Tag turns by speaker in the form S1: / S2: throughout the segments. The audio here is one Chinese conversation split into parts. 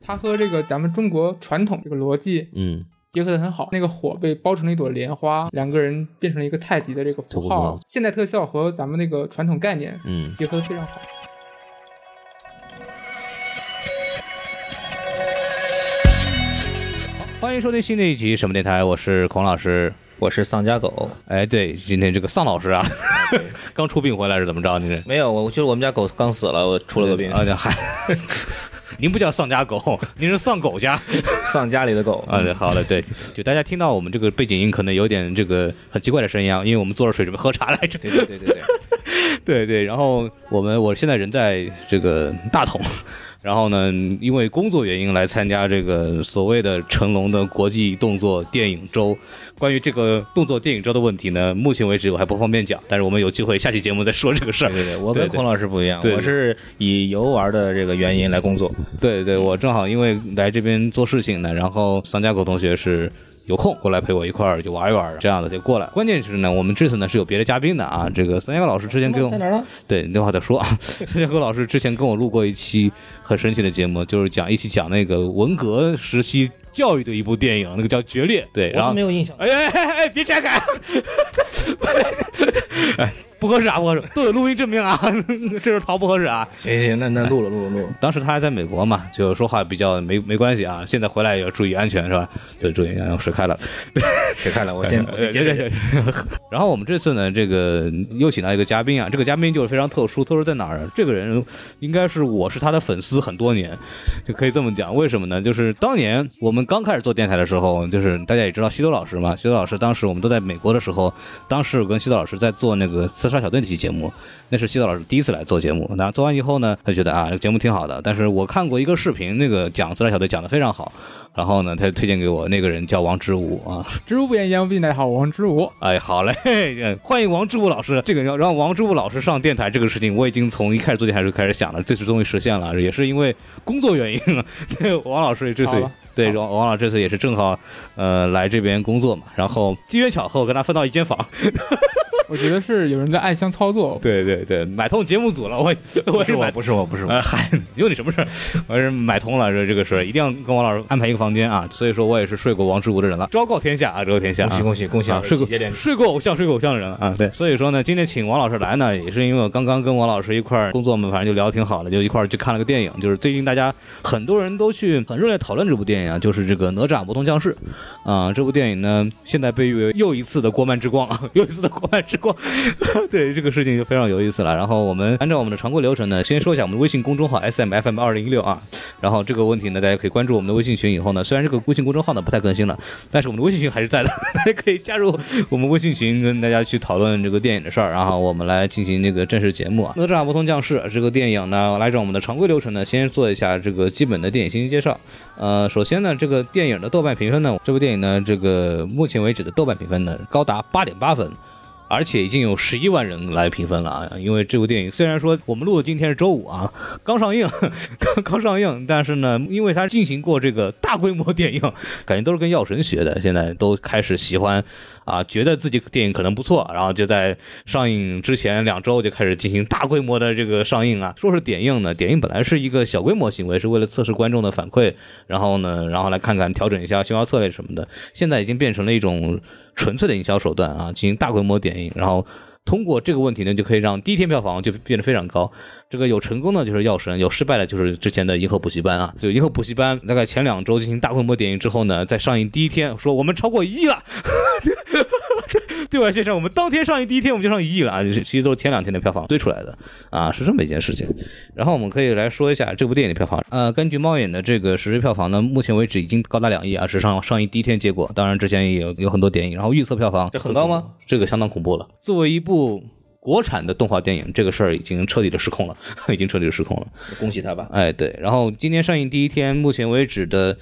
S1: 它和这个咱们中国传统这个逻辑
S2: 嗯，
S1: 结合的很好。那个火被包成了一朵莲花，两个人变成了一个太极的这个符
S2: 符
S1: 号
S2: 号。
S1: 现代特效和咱们那个传统概念
S2: 嗯，
S1: 结合的非常好。
S2: 欢迎收听新的一集什么电台，我是孔老师。
S3: 我是丧家狗，
S2: 哎，对，今天这个丧老师啊， 刚出殡回来是怎么着？您这
S3: 没有，我就是我们家狗刚死了，我出了个病，
S2: 啊，嗨， 您不叫丧家狗， 您是丧狗家。
S3: 嗯丧家里的狗
S2: 啊，对，好了，对，就大家听到我们这个背景音，可能有点这个很奇怪的声音啊，因为我们坐着水准备喝茶来着。
S3: 对对对 对对，
S2: 对对，然后我们我现在人在这个大同，然后呢，因为工作原因来参加这个所谓的成龙的国际动作电影周。关于这个动作电影周的问题呢，目前为止我还不方便讲，但是我们有机会下期节目再说这个事儿
S3: 对。对对，我跟
S2: 对对
S3: 孔老师不一样，
S2: 对对
S3: 我是以游玩的这个原因来工作，
S2: 对对，我正好因为来这边做事情呢，然后桑家狗同学是有空过来陪我一块儿就玩一玩这样的就过来。关键是呢，我们这次呢是有别的嘉宾的啊，这个桑家狗老师之前给我
S3: 在哪儿呢？
S2: 对，那话再说 啊。孙建国老师之前跟我录过一期很神奇的节目，就是讲一起讲那个文革时期教育的一部电影，那个叫《决裂》。对，然
S3: 我
S2: 后
S3: 都没有印象，
S2: 哎哎哎哎，别拆开啊！ 哎，不合适啊，不合适，都有录音证明啊， 这是逃不合适啊。
S3: 行行，那那录了录了录了，
S2: 当时他还在美国嘛，就说话比较没没关系啊。现在回来也要注意安全是吧？对，注意安全，水开了。
S3: 谁 看了？我先
S2: 对对对。 然后我们这次呢，这个又请到一个嘉宾啊，这个嘉宾就是非常特殊，特殊在哪儿？啊这个人应该是我是他的粉丝很多年，就可以这么讲。为什么呢？就是当年我们刚开始做电台的时候，就是大家也知道西多老师嘛，西多老师当时我们都在美国的时候，当时我跟西多老师在做那个《刺杀小队》那期节目，那是西多老师第一次来做节目。那做完以后呢，他觉得啊，这个节目挺好的，但是我看过一个视频，那个讲《刺杀小队》讲的非常好。然后呢，他就推荐给我，那个人叫王之武啊，
S1: 知无不言，言无不尽。大家好，我是知无。
S2: 哎，好嘞， 呃欢迎王志武老师。这个要让王志武老师上电台这个事情，我已经从一开始做电台就开始想了，这次终于实现了，也是因为工作原因啊。 对王老师这
S1: 好
S2: 次
S1: 了
S2: 对
S1: 好
S2: 王王老师这次也是正好呃来这边工作嘛，然后机缘巧合我跟他分到一间房。
S1: 我觉得是有人在暗箱操作，
S2: 对对对，买通节目组了，我 我
S3: 不
S2: 是
S3: 是
S2: 买
S3: 我，不是我，不是我，
S2: 呃， 嗨，有你什么事儿？我是买通了这这个事儿，一定要跟王老师安排一个房间啊。所以说我也是睡过王志武的人了，昭告天下啊，昭告天下、
S3: 恭
S2: 啊
S3: 喜！恭喜恭喜
S2: 啊，睡过
S3: 节点
S2: 睡过偶像，睡过偶像的人了啊，对，所以说呢，今天请王老师来呢，也是因为我刚刚跟王老师一块儿工作嘛，反正就聊得挺好的，就一块儿去看了个电影，就是最近大家很多人都去很热烈讨论这部电影啊，就是这个《哪吒魔童降世》啊、这部电影呢，现在被誉为又一次的国漫之光 啊，又一次的国漫之光， 对这个事情就非常有意思了。然后我们按照我们的常规流程呢，先说一下我们的微信公众号 S M F M 二零一六啊，然后这个问题呢，大家可以关注我们的微信群以后呢，虽然这个微信公众号呢不太更新了，但是我们的微信群还是在的， 大家可以加入 我们微信群跟大家去讨论这个电影的事儿，然后我们来进行这个正式节目啊。哪吒魔童降世这个电影呢，来照我们的常规流程呢，先做一下这个基本的电影信息介绍。呃，首先呢，这个电影的豆瓣评分呢，这部电影呢，这个目前为止的豆瓣评分呢，高达八点八分。而且已经有十一万人来评分了啊！因为这部电影虽然说我们录的今天是周五啊，刚上映， 刚刚上映，但是呢，因为它进行过这个大规模电影，感觉都是跟药神学的，现在都开始喜欢啊，觉得自己电影可能不错，然后就在上映之前两周就开始进行大规模的这个上映啊。说是点映呢，点映本来是一个小规模行为，是为了测试观众的反馈，然后呢，然后来看看调整一下行销策略什么的。现在已经变成了一种纯粹的营销手段啊，进行大规模点映，然后。通过这个问题呢，就可以让第一天票房就变得非常高。这个有成功的就是药神，有失败的就是之前的银河补习班啊。就银河补习班大概前两周进行大规模点映之后呢，在上映第一天说我们超过一亿了， 对外线上，我们当天上映第一天我们就上一亿了啊！就是其实都是前两天的票房堆出来的啊，是这么一件事情。然后我们可以来说一下这部电影的票房。呃，根据猫眼的这个实时票房呢，目前为止已经高达两亿啊，是上上映第一天结果。当然之前也有有很多电影，然后预测票房
S3: 这很高吗？
S2: 这个相当恐怖了。作为一部国产的动画电影，这个事儿已经彻底的失控了， 已经彻底的失控了。
S3: 恭喜他吧，
S2: 哎，对，然后今天上映第一天，目前为止的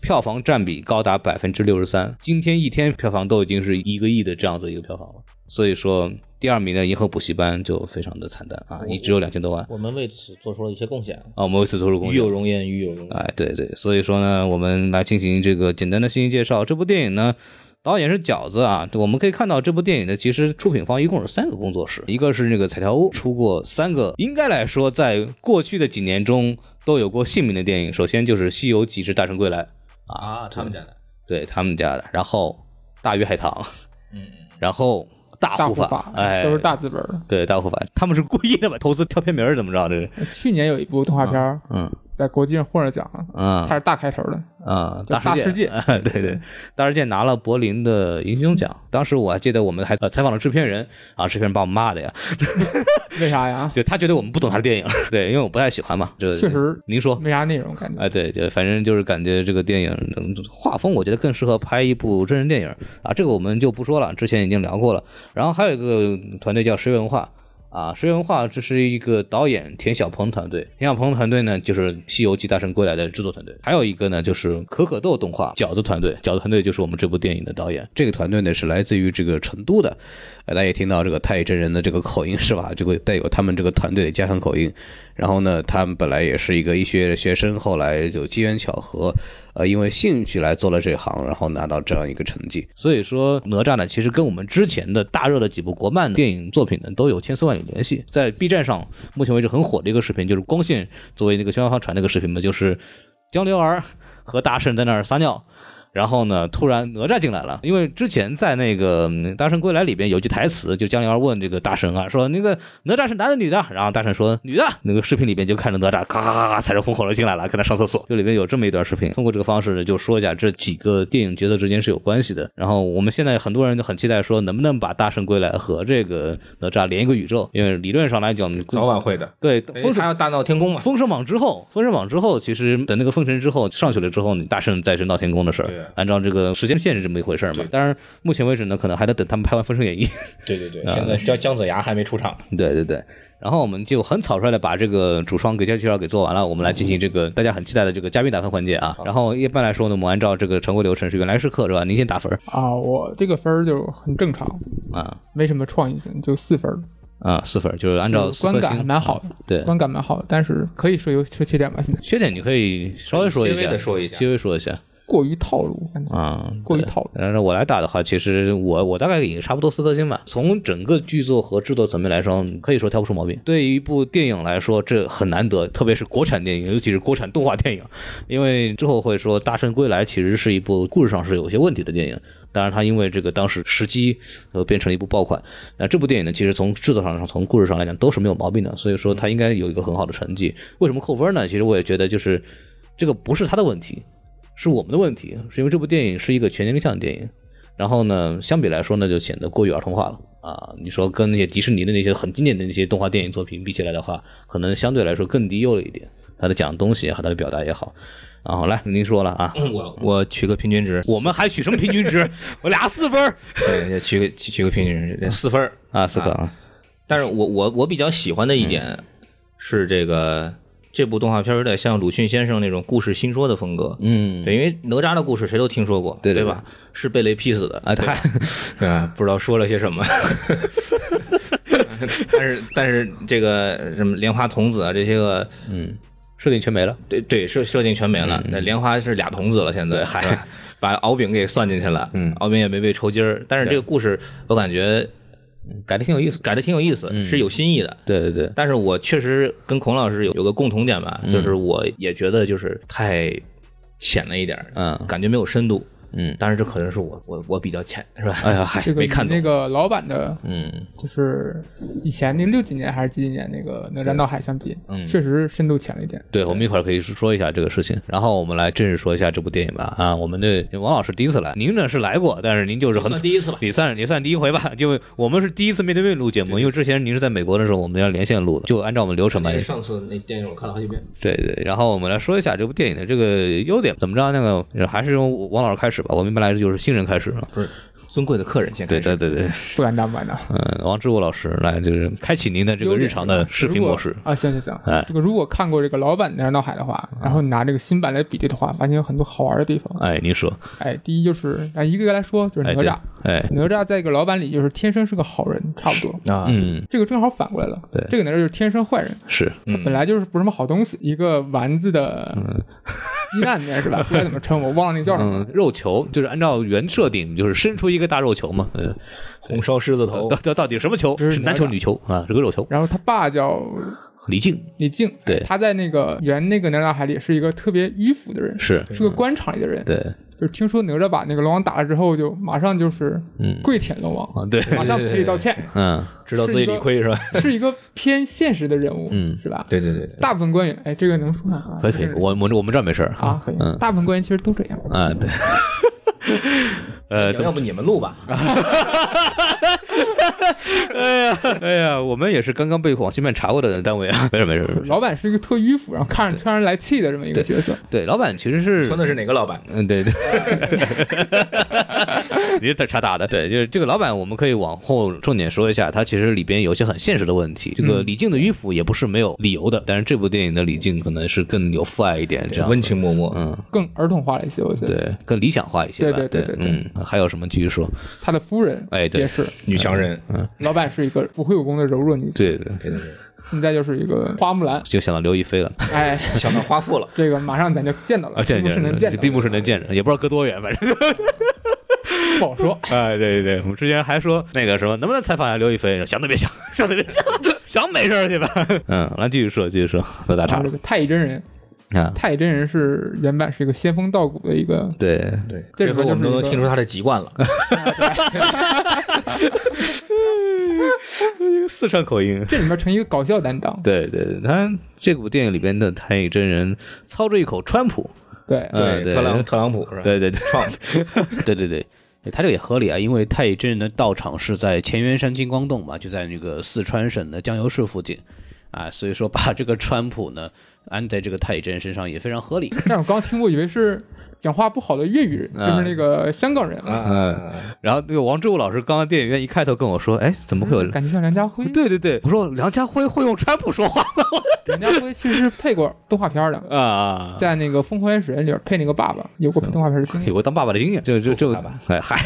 S2: 票房占比高达百分之六十三，今天一天票房都已经是一个亿的这样子一个票房了。所以说第二名的银河补习班就非常的惨淡啊，也只有两千多万啊，啊
S3: 我们为此做出了一些贡献，
S2: 我们为此投入贡
S3: 与
S2: 献
S3: 有。荣焉，与有荣焉。
S2: 哎，对对，所以说呢，我们来进行这个简单的信息介绍。这部电影呢，导演是饺子啊。我们可以看到，这部电影呢，其实出品方一共有三个工作室，一个是那个彩条屋，出过三个，应该来说，在过去的几年中都有过姓名的电影。首先就是《西游记之大圣归来》啊，
S3: 啊，他们家的，
S2: 对他们家的，然后《大鱼海棠》，嗯， 然后《大
S1: 大
S2: 护
S1: 护
S2: 法》
S1: 法
S2: 哎，
S1: 都是大资本的。
S2: 对大护法，他们是故意的把投资挑片名儿，怎么着？这是，
S1: 去年有一部动画片儿
S2: 嗯
S1: 在国际上获了奖了，
S2: 嗯
S1: 它是大开头的，
S2: 啊、
S1: 叫
S2: 大
S1: 啊大
S2: 世
S1: 世界哎
S2: 对对，大世界拿了柏林的银熊奖。当时我还记得我们还、呃、采访了制片人啊，制片人把我们骂的呀，
S1: 为啥呀？
S2: 对他觉得我们不懂他的电影， 对，因为我不太喜欢嘛。这
S1: 确实
S2: 您说。
S1: 没啥内容感觉。
S2: 哎，对，就反正就是感觉这个电影嗯画风，我觉得更适合拍一部真人电影啊。这个我们就不说了，之前已经聊过了。然后还有一个团队叫十月文化啊，十月文化这是一个导演田晓鹏团队，田晓鹏团队呢就是《西游记大圣归来》的制作团队，还有一个呢就是可可豆动画饺子团队，饺子团队就是我们这部电影的导演。这个团队呢是来自于这个成都的，呃大家也听到这个太乙真人的这个口音是吧？这个带有他们这个团队的家乡口音。然后呢，他们本来也是一个医学的学生，后来就机缘巧合，呃，因为兴趣来做了这行，然后拿到这样一个成绩。所以说，哪吒呢，其实跟我们之前的大热的几部国漫的电影作品呢，都有千丝万缕联系。在 B 站上，目前为止很火的一个视频，就是光线作为那个宣发方传那个视频嘛，就是江流儿和大圣在那儿撒尿。然后呢，突然哪吒进来了，因为之前在那个嗯《大圣归来》里边有句台词，就江流儿问这个大圣啊，说那个哪吒是男的女的？然后大圣说女的。那个视频里边就看着哪吒咔咔咔咔踩着红火龙进来了，跟他上厕所。这里边有这么一段视频，通过这个方式就说一下这几个电影角色之间是有关系的。然后我们现在很多人都很期待说，能不能把《大圣归来》和这个哪吒连一个宇宙？因为理论上来讲，
S3: 早晚会的。
S2: 对
S3: 因为
S2: 风水
S3: 哎他要大闹天宫嘛，
S2: 封神榜之后，封神榜之后，其实等那个封神之后上去了之后，你大圣再是闹天宫的事
S3: 对
S2: 儿
S3: 啊，
S2: 按照这个时间线是这么一回事儿嘛
S3: 对。
S2: 当然，目前为止呢，可能还得等他们拍完《封神演义》。
S3: 对对对，
S2: 啊
S3: 现在姜姜子牙还没出场，
S2: 对对对，然后我们就很草率的把这个主创给介绍给做完了，我们来进行这个大家很期待的这个嘉宾打分环节啊。然后一般来说呢，我们按照这个常规流程是原来是客是吧？您先打分儿
S1: 啊，我这个分儿就很正常，
S2: 啊
S1: 没什么创意性，就四分儿，
S2: 啊，四分儿就是按照
S1: 就
S2: 四
S1: 观
S2: 颗
S1: 感还
S2: 星。
S1: 蛮好的，
S2: 对
S1: 观感蛮好的，但是可以说有缺缺点吧，现在
S2: 缺点你可以稍微说一
S3: 轻嗯微
S2: 下，
S3: 地说一下
S2: 稍微说一下
S1: 过于套路，感觉
S2: 啊，
S1: 过于
S2: 对
S1: 套路。
S2: 然后我来打的话，其实我我大概也差不多四颗星吧。从整个剧作和制作层面来说，可以说挑不出毛病。对于一部电影来说，这很难得，特别是国产电影，尤其是国产动画电影，因为之后会说《大圣归来》其实是一部故事上是有些问题的电影。当然，它因为这个当时时机，呃，变成了一部爆款。那这部电影呢，其实从制作上、从故事上来讲都是没有毛病的，所以说它应该有一个很好的成绩。为什么扣分呢？其实我也觉得就是这个不是他的问题，是我们的问题，是因为这部电影是一个全年龄向的电影。然后呢，相比来说呢，就显得过于儿童化了啊！你说跟那些迪士尼的那些很经典的那些动画电影作品比起来的话，可能相对来说更低幼了一点。他的讲的东西也好，他的表达也好。然后来，您说了啊，
S3: 嗯我我取个平均值，
S2: 我们还取什么平均值？我俩四分儿
S3: 对，也取个取取个平均值，四分儿。
S2: 啊，四个啊，
S3: 但是我我我比较喜欢的一点
S2: 嗯
S3: 是这个、这部动画片有点像鲁迅先生那种故事新说的风格，
S2: 嗯，
S3: 对，因为哪吒的故事谁都听说过，
S2: 对对
S3: 对吧？是被雷劈死的，
S2: 啊，他
S3: 啊，不知道说了些什么。 但是但是这个什么莲花童子啊这些个，
S2: 设定全没了，
S3: 对对射射进全没了。那莲花是俩童子了，现在
S2: 嗯嗨
S3: 是吧把敖丙给算进去了，嗯，敖丙也没被抽筋儿。但是这个故事我感觉
S2: 改的挺有意思。
S3: 改的挺有意思，
S2: 嗯
S3: 是有新意的。
S2: 对对对，
S3: 但是我确实跟孔老师有有个共同点吧，
S2: 嗯
S3: 就是我也觉得就是太浅了一点儿，
S2: 嗯
S3: 感觉没有深度。
S2: 嗯，
S3: 当然这可能是我我我比较浅，是吧？
S2: 哎呀，嗨，
S1: 这个
S3: 没看
S1: 你那个老版的，
S2: 嗯
S1: 就是以前那六几年还是几几年那个哪吒闹海相比，
S2: 嗯
S1: 确实深度浅了一点。
S2: 对，我们一会儿可以说一下这个事情，然后我们来正式说一下这部电影吧。啊，我们的王老师第一次来，您呢是来过，但是您就是很
S3: 算第一 次吧。
S2: 也算也算第一回吧， 就我们是第一次面对面录节目，因为之前您是在美国的时候，我们要连线录的，就按照我们流程吧。也是
S3: 上次那电影我看了好几遍，
S2: 对对，然后我们来说一下这部电影的这个优点，怎么着？那个还是用王老师开始吧，我明白来就是新人开始了。
S3: 不是尊贵的客人先开
S2: 对
S3: 始。
S2: 对对对，
S1: 不敢当，不敢当。
S2: 嗯，王志武老师来就是开启您的这个日常的视频模
S1: 如
S2: 式
S1: 果。啊，行行行，
S2: 哎嗯
S1: 这个如果看过这个老版的《闹海》的话，然后你拿这个新版来比对的话，发现有很多好玩的地方。
S2: 哎，您说，
S1: 哎，第一就是啊，一个个来说，就是
S2: 哎
S1: 哪
S2: 对
S1: 吒。，
S2: 哎，
S1: 哪吒在这个老版里就是天生是个好人，差不多。
S3: 啊，
S2: 嗯，
S1: 这个正好反过来了，
S2: 对
S1: 这个哪吒就是天生坏人，
S2: 是，
S1: 本来就是不是什么好东西，一个丸子的一难面是吧？不知道怎么称，我忘了那叫什么。
S2: 嗯，肉球就是按照原设定，就是伸出一个大肉球嘛，嗯，
S3: 红烧狮子头
S2: 到，到到底什么球？
S1: 这是
S2: 是男球
S1: 哪吒
S2: 女球啊？是个肉球。
S1: 然后他爸叫
S2: 李靖
S1: 李靖，
S2: 对
S1: 他在那个原那个哪吒海里是一个特别迂腐的人，
S2: 是，
S1: 是个官场里的人。
S2: 对，
S1: 就是听说哪吒把那个龙王打了之后，就马上就是
S2: 嗯
S1: 跪舔龙王，
S2: 啊，对，
S1: 马上赔礼道歉，
S2: 嗯
S3: 知道自己理亏是吧？
S1: 是一个偏现实的人物，
S2: 嗯
S1: 是吧？
S3: 对对对对，
S1: 大部分官员，哎，这个能说吗？啊
S2: 可以可以
S1: 真，是
S2: 我我们我们这儿没事儿
S1: 啊，可以。
S2: 嗯
S1: 大部分官员其实都这样，
S2: 啊，对， 呃，怎么
S3: 要不你们录吧？
S2: 哎呀，我们也是刚刚被网信办查过的单位 啊，没事没事。没事
S1: 老板是一个特迂腐，然后看着突然来气的这么一个角色。
S2: 对，老板其实是
S3: 说的是哪个老板？
S2: 嗯，对对， 你是查打的，对，就是这个老板，我们可以往后重点说一下，他其实里边有一些很现实的问题。这个李靖的迂腐也不是没有理由的，但是这部电影的李靖可能是更有父爱一点，这样
S3: 温，情脉脉。
S2: 嗯，
S1: 更儿童化了一些，我觉得
S2: 对，更理想化一些吧，
S1: 对对对对
S2: 嗯，还有什么继续说？
S1: 他的夫人
S2: 哎对
S1: 也是
S3: 女强人，
S2: 嗯
S1: 老板是一个不会武功的柔弱女子，
S2: 对对，
S3: 对对对，
S1: 现在就是一个花木兰，
S2: 就想到刘亦菲了。
S1: 哎，
S3: 想到花富了，
S1: 这个马上咱就见到了，
S2: 啊，见
S1: 并不
S2: 见啊
S1: 是能见到的，
S2: 并不是能见着，也不知道隔多远，反正。
S1: 不好说。
S2: 哎，对对对，我们之前还说那个什么，能不能采访一下刘亦菲？想都别想， 想都别想，想没事儿去吧。嗯，来继续说，继续说，再打
S1: 然
S2: 岔
S1: 后这个太乙真人，
S2: 啊。
S1: 太乙真人是原版是一个仙风道骨的一个，
S2: 对，
S3: 对，
S1: 这
S3: 这
S1: 里
S3: 回
S1: 边
S3: 我
S1: 就是
S3: 们都能
S1: 一个
S3: 听出他的籍贯了。
S2: 嗯四川口音。
S1: 这里面成一个搞笑担当。
S2: 对对，对他这部电影里边的太乙真人操着一口川普，
S1: 对，
S2: 嗯对
S3: 特朗特朗普是吧？
S2: 对对对
S3: Trump
S2: 对对对。他这个也合理啊，因为太乙真人的道场是在乾元山金光洞嘛，就在那个四川省的江油市附近，啊，所以说把这个川普呢安在这个太乙真人身上也非常合理。
S1: 但我刚听过，以为是讲话不好的粤语人，
S2: 啊
S1: 就是那个香港人，
S2: 嗯
S3: 啊，
S2: 然后那个王志武老师刚刚电影院一开头跟我说，哎，怎么会有？
S1: 感觉像梁家辉。
S2: 对对对，我说梁家辉会用川普说话
S1: 梁家辉其实是配过动画片的，
S2: 啊，
S1: 在那个《疯狂原始人》里边配那个爸爸，有过
S2: 嗯
S1: 配动画片的经
S2: 有
S1: 验。
S2: 过当爸爸的经验，就就就
S3: 爸爸
S2: 哎嗨，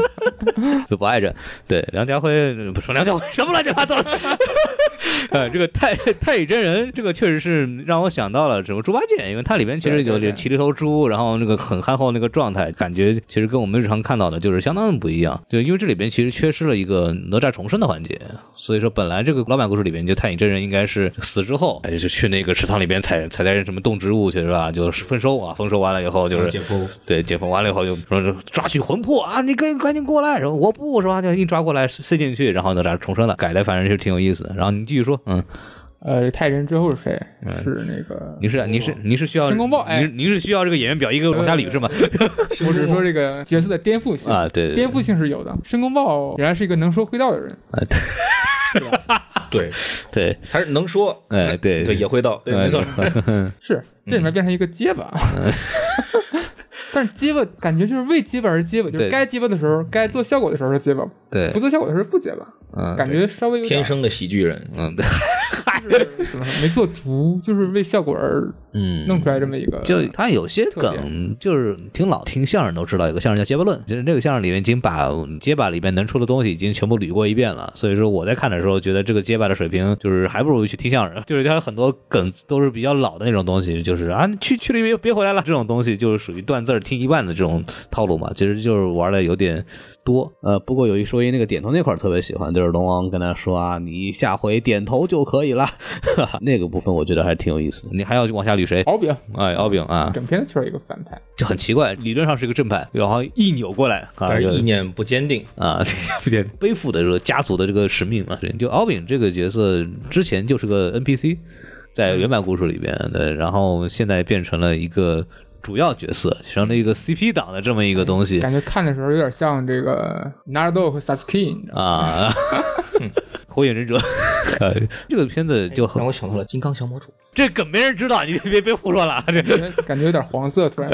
S2: 就不爱着。对，梁家辉不说梁家辉什么乱七八糟的。呃，这个太太乙真人，这个确实是让我想到了什么猪八戒，因为它里面其实
S1: 对对
S2: 有
S1: 对
S2: 有骑驴头猪，然后那个很憨厚那个状态，感觉其实跟我们日常看到的就是相当不一样。对，因为这里边其实缺失了一个哪吒重生的环节，所以说本来这个老版故事里边，就太乙真人应该是死之后，哎，就去那个池塘里边采采摘什么动植物去是吧？就是丰收啊，丰收完了以后就是
S3: 解剖
S2: 对，解封完了以后就说抓取魂魄啊，你赶赶紧过来，然后我不是吧？就一抓过来塞进去，然后呢，这重生了，改的反正是挺有意思的。然后你继续说，嗯，
S1: 呃，太乙真人之后是谁？是那个
S2: 你是你是你是需要
S1: 申公豹哎
S2: 您您是需要这个演员表一个往下捋是吗？
S1: 我只是说这个角色的颠覆性
S2: 啊，对对
S1: 颠覆性是有的。申公豹原来是一个能说会道的人，
S3: 对，
S2: 对，
S3: 他是能说，
S2: 哎对
S3: 对，也会嗯道，对，没错，
S1: 是这里面变成一个结巴。啊
S2: 嗯
S1: 但是结巴感觉就是为结巴而结巴，就是
S2: 对
S1: 该结巴的时候，该做效果的时候是结巴，
S2: 对
S1: 不，做效果的时候不结巴，
S2: 嗯，
S1: 感觉稍微有点
S3: 天生的喜剧人。
S2: 嗯对，
S1: 就是怎么说没做足，就是为效果而
S2: 嗯，
S1: 弄出来这么一个。
S2: 就他有些
S1: 特
S2: 梗，就是听老听相声都知道，有个相声叫《结巴论》，就是这个相声里面已经把结巴里面能出的东西已经全部捋过一遍了。所以说我在看的时候，觉得这个结巴的水平就是还不如去听相声，就是他很多梗都是比较老的那种东西，就是啊你去去了别别回来了这种东西，就是属于断字儿听一半的这种套路嘛。其实就是玩的有点多。呃，不过有一说一，那个点头那块儿特别喜欢，就是龙王跟他说啊，你下回点头就可以了， 那个部分我觉得还挺有意思的。你还要往下捋谁？
S1: 敖丙
S2: 哎，敖丙啊，
S1: 整片就是一个反派，
S2: 就很奇怪，理论上是一个正派，然后一扭过来啊，
S3: 但
S2: 就是
S3: 意念不坚定，
S2: 啊， 这点背负的这个家族的这个使命嘛。对就敖丙这个角色之前就是个 NPC，在原版故事里边的，然后现在变成了一个主要角色，成了一个 CP 党的这么一个东西
S1: 感觉看的时候有点像这个 Naruto 和 Sasuke，你知道吗？
S2: 啊。 火影忍 者，呃这个片子就很
S3: 让我想到了金刚降 魔主。
S2: 这梗没人 知道，你别别别胡说了啊，这
S1: 感觉感觉有点黄色，突然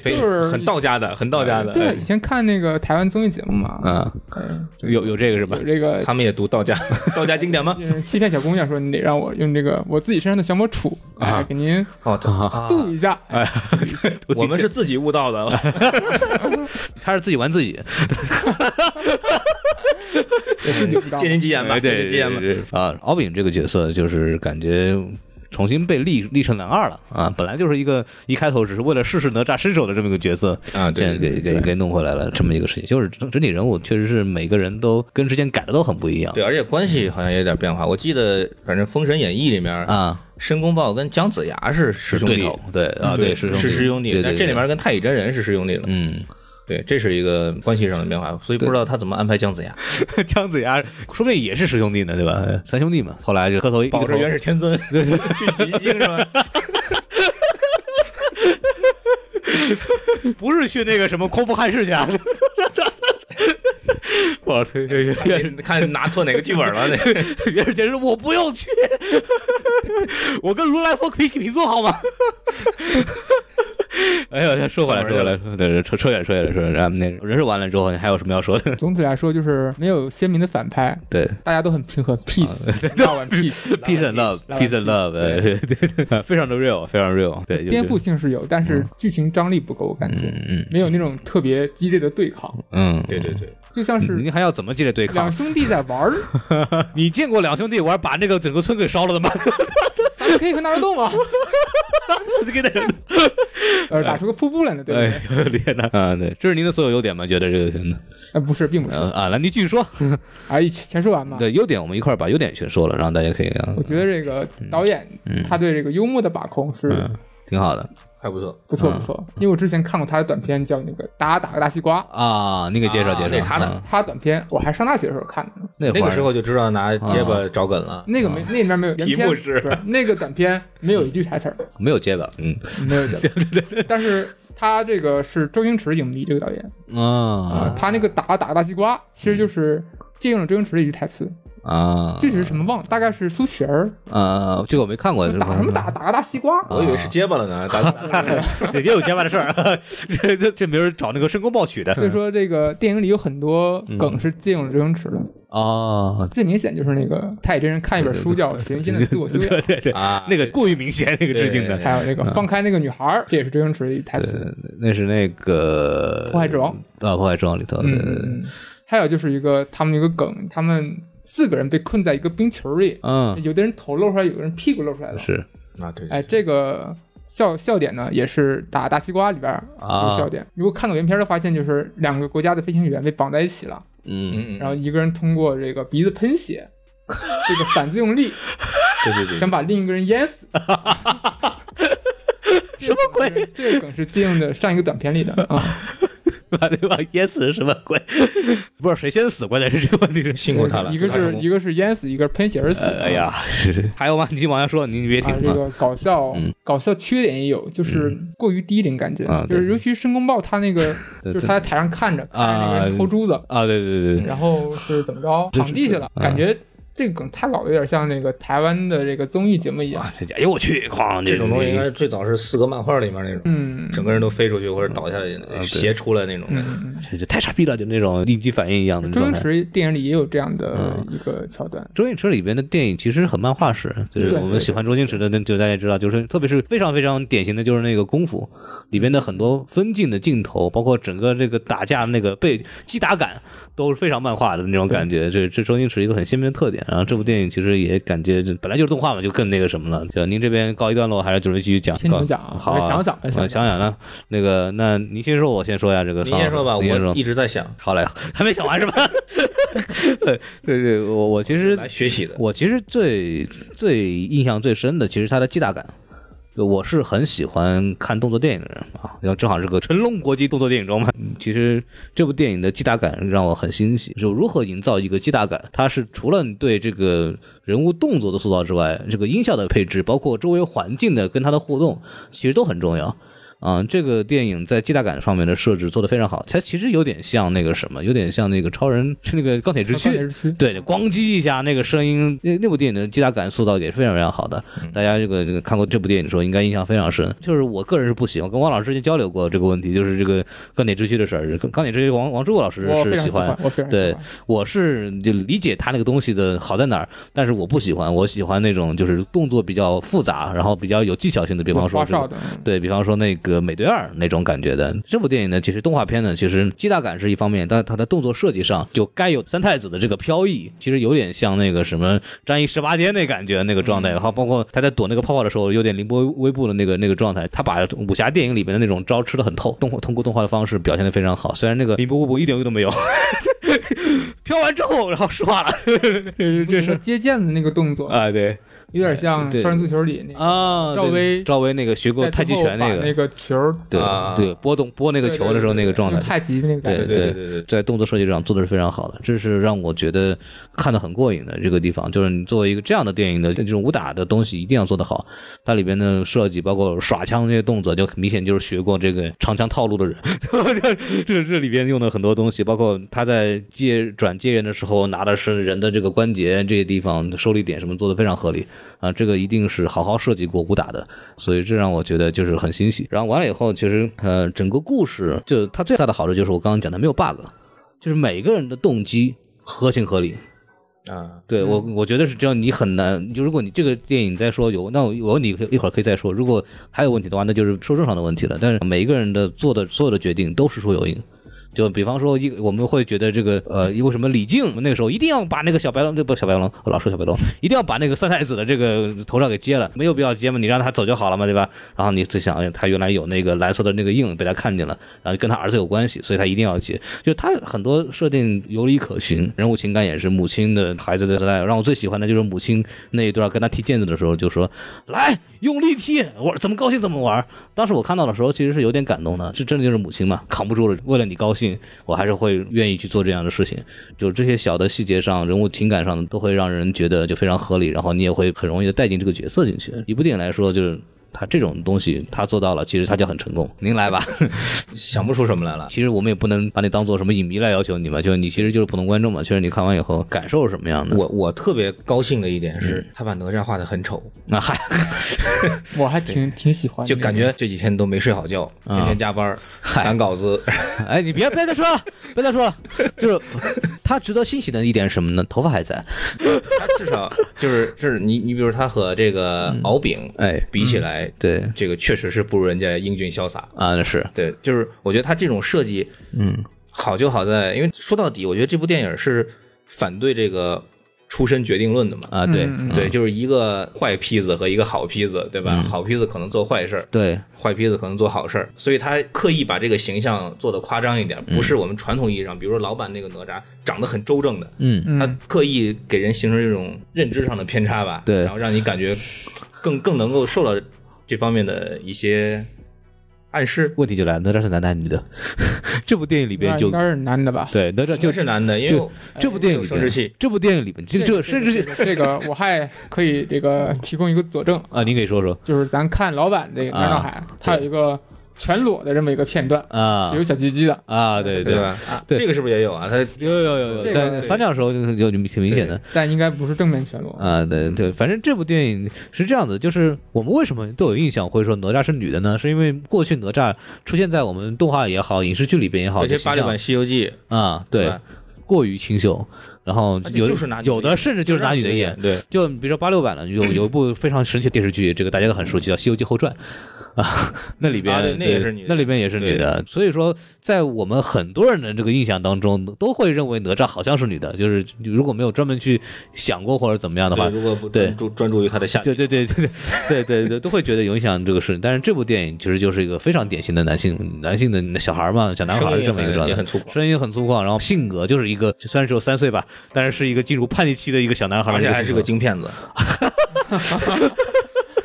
S3: 非
S1: 就是
S3: 很道家的，很道家的。
S1: 对，以前看那个台湾综艺节目嘛，
S2: 啊，
S1: 嗯，
S2: 有有这个是吧
S1: 有？这个
S3: 哎，他们也读道家 道家经典 吗？
S1: 就是欺骗小姑娘说你得让我用这个我自己身上的降魔杵，
S2: 啊
S1: 哎，给您
S3: 哦，啊
S1: 渡一下，哎，
S3: 我们是自己悟 道的，
S2: 他是自己玩自己，
S1: 我自己不知道
S3: 借。您吉言吧，
S2: 哎
S3: 借
S2: 对
S3: 您吉言吧。
S2: 对啊，敖丙这个角色就是感觉。重新被立立成男二了啊！本来就是一个一开头只是为了试试哪吒伸手的这么一个角色，
S3: 啊，
S2: 这样
S3: 对，
S2: 给给给弄回来了这么一个事情，就是整整体人物确实是每个人都跟之前改的都很不一样。
S3: 对，而且关系好像也有点变化。我记得，反正《封神演义》里面，
S2: 啊，
S3: 申公豹跟姜子牙是师
S2: 是
S3: 兄
S2: 对
S3: 弟，嗯
S2: 头，对啊，
S3: 对，
S2: 是
S3: 是师兄
S2: 对
S3: 弟。
S2: 对
S3: 但
S2: 对
S3: 这里面跟太乙真人是师兄弟了，
S2: 嗯，
S3: 对，这是一个关系上的变化，所以不知道他怎么安排 姜子牙，
S2: 姜子牙说不定也是师兄弟呢，对吧？三兄弟嘛，后来就磕头一个
S3: 保
S2: 头
S3: 着元始天 尊去取经是吧？
S2: 不是去那个什么匡扶汉室去 啊。我这这
S3: 看看拿错哪个剧本了？那个
S2: 元始天说我不用去， 我跟如来佛平起平坐好吗？ 哎呦，说回来，说回来，对对，扯扯远，扯远了，说然后那人事完了之后，你还有什么要说的？
S1: 总体来说就是没有鲜明的反派，
S2: 对
S1: 大家都很平和，peace，大碗 peace，
S2: 啊，peace and love，peace and love，哎 对对对，非常的 real，非常 real，对，就是
S1: 颠覆，性是有，但是剧情张力不够，我感觉
S2: 嗯嗯
S1: 没有那种特别激烈的对抗，
S2: 嗯，
S3: 对对 对，
S1: 就像是
S2: 您还要怎么激烈对抗
S1: 两？兄弟在玩儿，
S2: 你见过两兄弟玩把那个整个村给烧了的吗？
S1: 咱们可以和纳豆斗吗？
S2: 给那人，
S1: 呃，打出个瀑布来呢， 对不对
S2: 哎？ 呦天哪！啊，对，这是您的所有优点吗？觉得这个真的？
S1: 呃，不是，并不是，
S2: 呃啊，来，您继续说。
S1: 啊，以前前说完嘛。
S2: 对，优点我们一块儿把优点全说了，然后大家可以啊
S1: 我，觉得这个导演他对这个幽默的把控是
S2: 嗯，挺好的
S3: 还不错。
S1: 不错
S2: 嗯
S1: 不错，因为我之前看过他的短片叫那个《打打个大西瓜》，
S2: 啊。您给介绍
S3: 啊
S2: 介
S3: 那
S2: 绍，
S3: 他的
S2: 嗯
S1: 他短片我还上大学的时候看的呢，
S2: 那会
S3: 那
S2: 儿
S3: 个时候就知道拿结巴找梗了，
S1: 那个
S2: 啊
S1: 没那里面没 有原
S3: 题
S1: 片
S3: 目是
S1: 不那个短片没有一句台词儿，
S2: 没有结巴，嗯
S1: 没有对对对，但是。他这个是周星驰影迷这个导演啊、
S2: 啊
S1: 他那个打打个大西瓜，其实就是借用了周星驰的一句台词，
S2: 啊
S1: 具体是什么忘了，大概是苏乞儿
S2: 啊，这个我没看过，
S1: 打什么？打打个大西瓜，
S3: 啊我以为是结巴了呢。打打打
S2: 也有结巴的事儿， 这这这名儿找那个申公豹取的
S1: 所以说这个电影里有很多
S2: 嗯
S1: 梗是借用了周星驰的，
S2: 啊，
S1: 最明显就是那个太乙真人看一本书叫《神仙的自我修养》，
S2: 对对，
S3: 啊，
S2: 那个过于明显，那个致敬的
S3: 对。
S1: 还有那个放开那个女孩儿，这也是周星驰的一台词。
S2: 呃，那是那个
S1: 破坏之王
S2: 啊，破坏之王里头的，
S1: 嗯，还有就是一个他们有一个梗，他们四个人被困在一个冰球里，
S2: 嗯，
S1: 有的人头露出来，有的人屁股露出来了。
S2: 是
S3: 啊，对，
S1: 哎，这个笑笑点呢，也是打大西瓜里边儿
S2: 啊
S1: 有笑点。如果看到原片儿的发现，就是两个国家的飞行员被绑在一起了，
S2: 嗯，
S3: 嗯嗯，
S1: 然后一个人通过这个鼻子喷血，这个反作用力
S3: 对对对，
S1: 想把另一个人淹死。什么鬼？这个梗是借用的上一个短片里的啊，
S2: 把对吧？淹死是什么鬼？ 不是谁先死，关键是这个问题是。
S3: 辛苦他了。
S1: 嗯一个
S3: 祝他成
S1: 是
S3: 功
S1: 一个是淹死，一个是喷血而死。
S2: 哎呀，是还有吗？你继续往下说，你别停
S1: 啊，这
S2: 啊。
S1: 个搞笑、
S2: 嗯
S1: 搞笑缺点也有，就是过于低龄，感觉、
S2: 啊
S1: 就
S2: 对
S1: 是尤其是申公豹他那个，
S2: 对
S1: 就是他在台上看着，看着那个人偷珠子，
S2: 啊，对对对对，
S1: 然后是怎么着
S2: 这
S1: 躺地下了，
S2: 这
S1: 感觉这个梗太老了，有点像那个台湾的这个综艺节目一样
S2: 哇，。这家哎呦我去，哐，
S3: 这种东西应该最早是四格漫画里面那种，
S1: 嗯
S3: 整个人都飞出去或者倒下
S2: 对
S3: 去，斜出来那种感觉。
S1: 嗯，
S2: 这这太傻逼了，就那种应激反应一样的
S1: 周
S2: 状
S1: 星
S2: 态。
S1: 驰电影里也有这样
S2: 嗯
S1: 的一个桥段。
S2: 周星驰里边的电影其实很漫画式，就是
S1: 对
S2: 我们喜欢周星驰的，那就大家知道，就是特别是非常非常典型的就是那个功夫里边的很多分镜的镜头，包括整个这个打架那个被击打感，都是非常漫画的那种感觉。这这周星驰一个很鲜明的特点。然后这部电影其实也感觉这本来就是动画嘛，就更那个什么了。就您这边告一段落，还是准备继续讲？
S1: 听你们
S2: 告
S1: 讲啊
S2: 好、
S1: 我
S2: 啊，
S1: 想想
S2: 我
S1: 我
S2: 想
S1: 想想
S2: 想了。那个，那您先说，我先说呀。这个
S3: 您
S2: 桑老
S3: 先
S2: 师，
S3: 说吧，
S2: 您先
S3: 我一直在想
S2: 好嘞，还没想完是吧？ 对对对，我我其实
S3: 来学习的。
S2: 我其实最最印象最深的，其实它的击打感。就我是很喜欢看动作电影的人啊，然后正好是个成龙国际动作电影中嘛。嗯其实这部电影的击打感让我很欣喜，就如何营造一个击打感，它是除了你对这个人物动作的塑造之外，这个音效的配置，包括周围环境的跟它的互动，其实都很重要。啊、这个电影在击打感上面的设置做得非常好，它其实有点像那个什么，有点像那个超人，是那个钢铁之躯，
S1: 日区，
S2: 对，咣叽一下那个声音，那那部电影的击打感塑造也是非常非常好的。
S3: 嗯
S2: 大家这个这个看过这部电影的时候，应该印象非常深。就是我个人是不喜欢，跟王老师之前交流过这个问题，就是这个钢铁之躯的事儿。钢铁之躯王王志武老师
S1: 我非
S2: 是
S1: 常
S2: 喜欢
S1: 欢，，我非常喜
S2: 对
S1: 欢。
S2: 我是就理解他那个东西的好在哪儿，但是我不喜欢，我喜欢那种就是动作比较复杂，然后比较有技巧性的，比方说
S1: 花
S2: 这个
S1: 哨的，嗯
S2: 对比方说那个《美队二》那种感觉的这部电影呢，其实动画片呢，其实击打感是一方面，但它的动作设计上就该有三太子的这个飘逸，其实有点像那个什么《战役十八天》那感觉那个状态，然后包括他在躲那个泡泡的时候，有点凌波微步的那个那个状态，他把武侠电影里面的那种招吃的很透，动画通过动画的方式表现的非常好，虽然那个凌波微步一点用都没有， 飘完之后然后说话了，这
S1: 嗯那个
S2: 是
S1: 接剑的那个动作，
S2: 啊对
S1: 有点像
S2: 对
S1: 《少林足球》里那个
S2: 啊
S1: 赵
S2: 对
S1: 薇
S2: 赵薇那个学过
S1: 在
S2: 太极
S1: 最后
S2: 拳
S1: 把
S2: 那个
S1: 那个球儿
S2: 对、
S3: 啊
S2: 对，拨动拨那个球的时候那个状态
S1: 用，太极那个感觉，
S2: 对
S3: 对对对对，
S2: 在动作设计上做的是非常好的，这是让我觉得看得很过瘾的这个地方。就是你作为一个这样的电影的这种武打的东西，一定要做得好。它里边的设计，包括耍枪这些动作，就很明显就是学过这个长枪套路的人。 这这里边用的很多东西，包括他在借转借人的时候拿的是人的这个关节这些地方受力点什么做的非常合理啊，这个一定是好好设计过武打的，所以这让我觉得就是很欣喜。然后完了以后，其实呃整个故事就它最大的好处就是我刚刚讲的没有 bug，就是每个人的动机合情合理。
S3: 啊，
S2: 对我，我觉得是这样。你很难，就如果你这个电影再说有，那我我你可以一会儿可以再说。如果还有问题的话，那就是说正常的问题了。但是每一个人的做的所有的决定都是说有因。就比方说一，我们会觉得这个呃，为什么李靖那个时候一定要把那个小白龙，这不小白龙，我老说小白龙，一定要把那个三太子的这个头上给揭了，没有必要揭嘛，你让他走就好了嘛，对吧？然后你只想，哎他原来有那个蓝色的那个印被他看见了，然后跟他儿子有关系，所以他一定要揭。就他很多设定有理可循，人物情感也是母亲的孩子的时代。让我最喜欢的就是母亲那一段跟他踢毽子的时候，就说来用力踢，我怎么高兴怎么玩。当时我看到的时候，其实是有点感动的，这真的就是母亲嘛，扛不住了，为了你高兴，我还是会愿意去做这样的事情。就这些小的细节上，人物情感上都会让人觉得就非常合理，然后你也会很容易的带进这个角色进去。一部电影来说，就是。他这种东西，他做到了，其实他就很成功。您来吧。
S3: 想不出什么来了。
S2: 其实我们也不能把你当做什么影迷来要求你嘛，就是你其实就是普通观众嘛。其实你看完以后感受是什么样的？
S3: 我我特别高兴的一点是，他把哪吒画的很丑，
S2: 那还
S1: 我还挺挺喜欢的那
S3: 就
S1: 个，
S3: 感觉这几天都没睡好觉，天天加班儿赶稿子，
S2: 哎，你别别再说了，别再说了。就是他值得欣喜的一点是什么呢？头发还在。
S3: 他至少就是是你你比如他和这个敖丙
S2: 哎，
S3: 比起来，
S2: 对
S3: 这个确实是不如人家英俊潇洒。
S2: 啊，那是
S3: 对，就是我觉得他这种设计，
S2: 嗯，
S3: 好就好在，因为说到底，我觉得这部电影是反对这个出身决定论的嘛。
S2: 啊，对
S1: 嗯嗯
S3: 对，就是一个坏坯子和一个好坯子，对吧？好坯子可能做坏事儿，
S2: 对
S3: 坏坯子可能做好事儿，所以他刻意把这个形象做得夸张一
S2: 嗯
S3: 点，不是我们传统意义上，比如说老板那个哪吒长得很周正的，
S2: 嗯
S1: 嗯
S3: 他刻意给人形成这种认知上的偏差吧，
S2: 对
S3: 然后让你感觉更更能够受到这方面的一些暗示。
S2: 问题就来了，哪吒是男的还是女的？这部电影里边
S1: 那
S2: 就
S1: 应该是男的吧？
S2: 对哪吒
S3: 就
S2: 就是
S3: 男的，因为
S2: 就这部电影里
S3: 生殖
S2: 边，
S3: 器
S2: 这部电影里边 这个这个甚至
S1: 这
S2: 是
S1: 个这个我还可以这 个提供一个佐证，
S2: 啊，您给说说
S1: 就是咱看老版这个《哪吒海》，它有一个全裸的这么一个片段，
S2: 啊
S1: 是有小鸡鸡的，
S2: 啊，对
S3: 对
S2: 对，
S3: 吧？啊
S2: 对
S3: 这个是不是也有啊？他
S2: 有有有
S1: 这个
S2: 有，在三将的时候就就挺明显的。
S1: 但应该不是正面全裸。
S2: 啊，对
S3: 嗯
S2: 对，反正这部电影是这样子，就是我们为什么都有印象会说哪吒是女的呢？是因为过去哪吒出现在我们动画也好，影视剧里边也好
S3: 而
S2: 的
S3: 且
S2: 形
S3: 八六版
S2: 象
S3: 《西游记》
S2: 啊，
S3: 对
S2: 对
S3: 吧，
S2: 过于清秀，然后
S3: 而且
S2: 有
S3: 就是拿女的
S2: 有的
S3: 演
S2: 甚至就是拿女的演，
S3: 对，
S2: 就比如说八六版的有有一部非常神奇的电视剧，这个大家都很熟悉，叫《西游记后传》啊，那里边、
S3: 啊对那也是
S2: 对
S3: 女的
S2: 那里边也是女的，所以说在我们很多人的这个印象当中，都会认为哪吒好像是女的，就是如果没有专门去想过或者怎么样的话
S3: 对，如果不
S2: 对
S3: 专注专注于他的下
S2: 对对对对对对对对，都会觉得有影响这个事。但是这部电影其实就是一个非常典型的男性男性的小孩嘛，小男孩是这么一个
S3: 声音
S2: 状
S3: 也
S2: 态
S3: 很。粗犷，
S2: 声音很粗犷，然后性格就是一个虽然只有三岁吧，但是是一个进入叛逆期的一个小男孩，
S3: 而且还是个
S2: 性
S3: 京片子。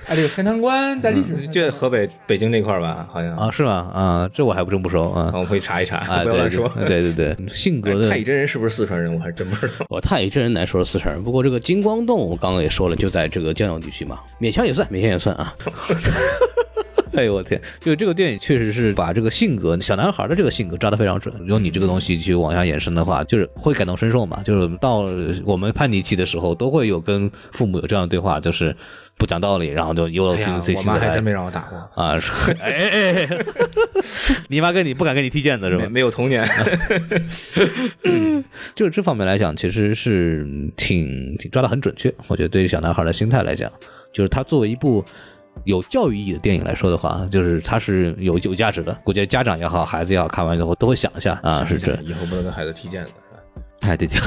S1: 哎，这个陈塘
S2: 嗯
S1: 关在历史上
S3: 就河北北京那块儿吧，好像
S2: 格啊，是吗？啊，这我还不真不熟啊。
S3: 我回去查一查，
S2: 啊，
S3: 不
S2: 对
S3: 要乱
S2: 对
S3: 说。
S2: 对对对，性格
S3: 太
S2: 的
S3: 乙。真人是不是四川人？我还真不知道。
S2: 我太乙真人来说是四川人，不过这个金光 洞我刚刚也说了，就在这个江阳地区嘛，勉强也算，勉强也算啊。哎呦我天，就是这个电影确实是把这个性格小男孩的这个性格抓得非常准。用你这个东西去往下延伸的话，就是会感同身受嘛。就是到我们叛逆期的时候，都会有跟父母有这样的对话，就是不讲道理，然后就又
S1: 哎呀
S2: 心碎
S1: 我
S2: 心
S1: 妈
S2: 的
S1: 还
S2: 来
S1: 真没让我打过，
S2: 啊，说哎哎 哎哎，你妈跟你不敢跟你踢毽子是吧
S3: 没？没有童年，
S2: 就是这方面来讲，其实是嗯挺挺抓得很准确。我觉得对于小男孩的心态来讲，就是他作为一部有教育意义的电影来说的话，就是它是有有价值的。我觉得家长也好，孩子也好，看完之后都会想一下 啊，是这。
S3: 以后不能跟孩子踢毽子，是吧
S2: 哎，对对。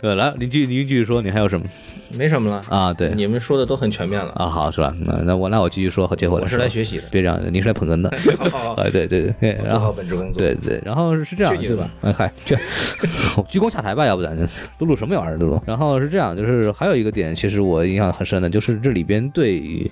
S2: 对，来，您继您继续说，你还有什么
S3: 没什么了。
S2: 啊？对
S3: 你们说的都很全面了，
S2: 啊，好是吧？那那我那我继续说，和结果
S3: 我是
S2: 说
S3: 来学习的。
S2: 别这样，您是来捧哏的。
S3: 好好好
S2: 啊，对对对，
S3: 我
S2: 然
S3: 做
S2: 后
S3: 好本职工作。
S2: 对对，然后是这样，
S3: 去你
S2: 对
S3: 的
S2: 吧
S3: 吧？
S2: 哎嗨，去，我鞠躬下台吧，要不然露露什么玩意儿，露露。然后是这样，就是还有一个点，其实我印象很深的，就是这里边对。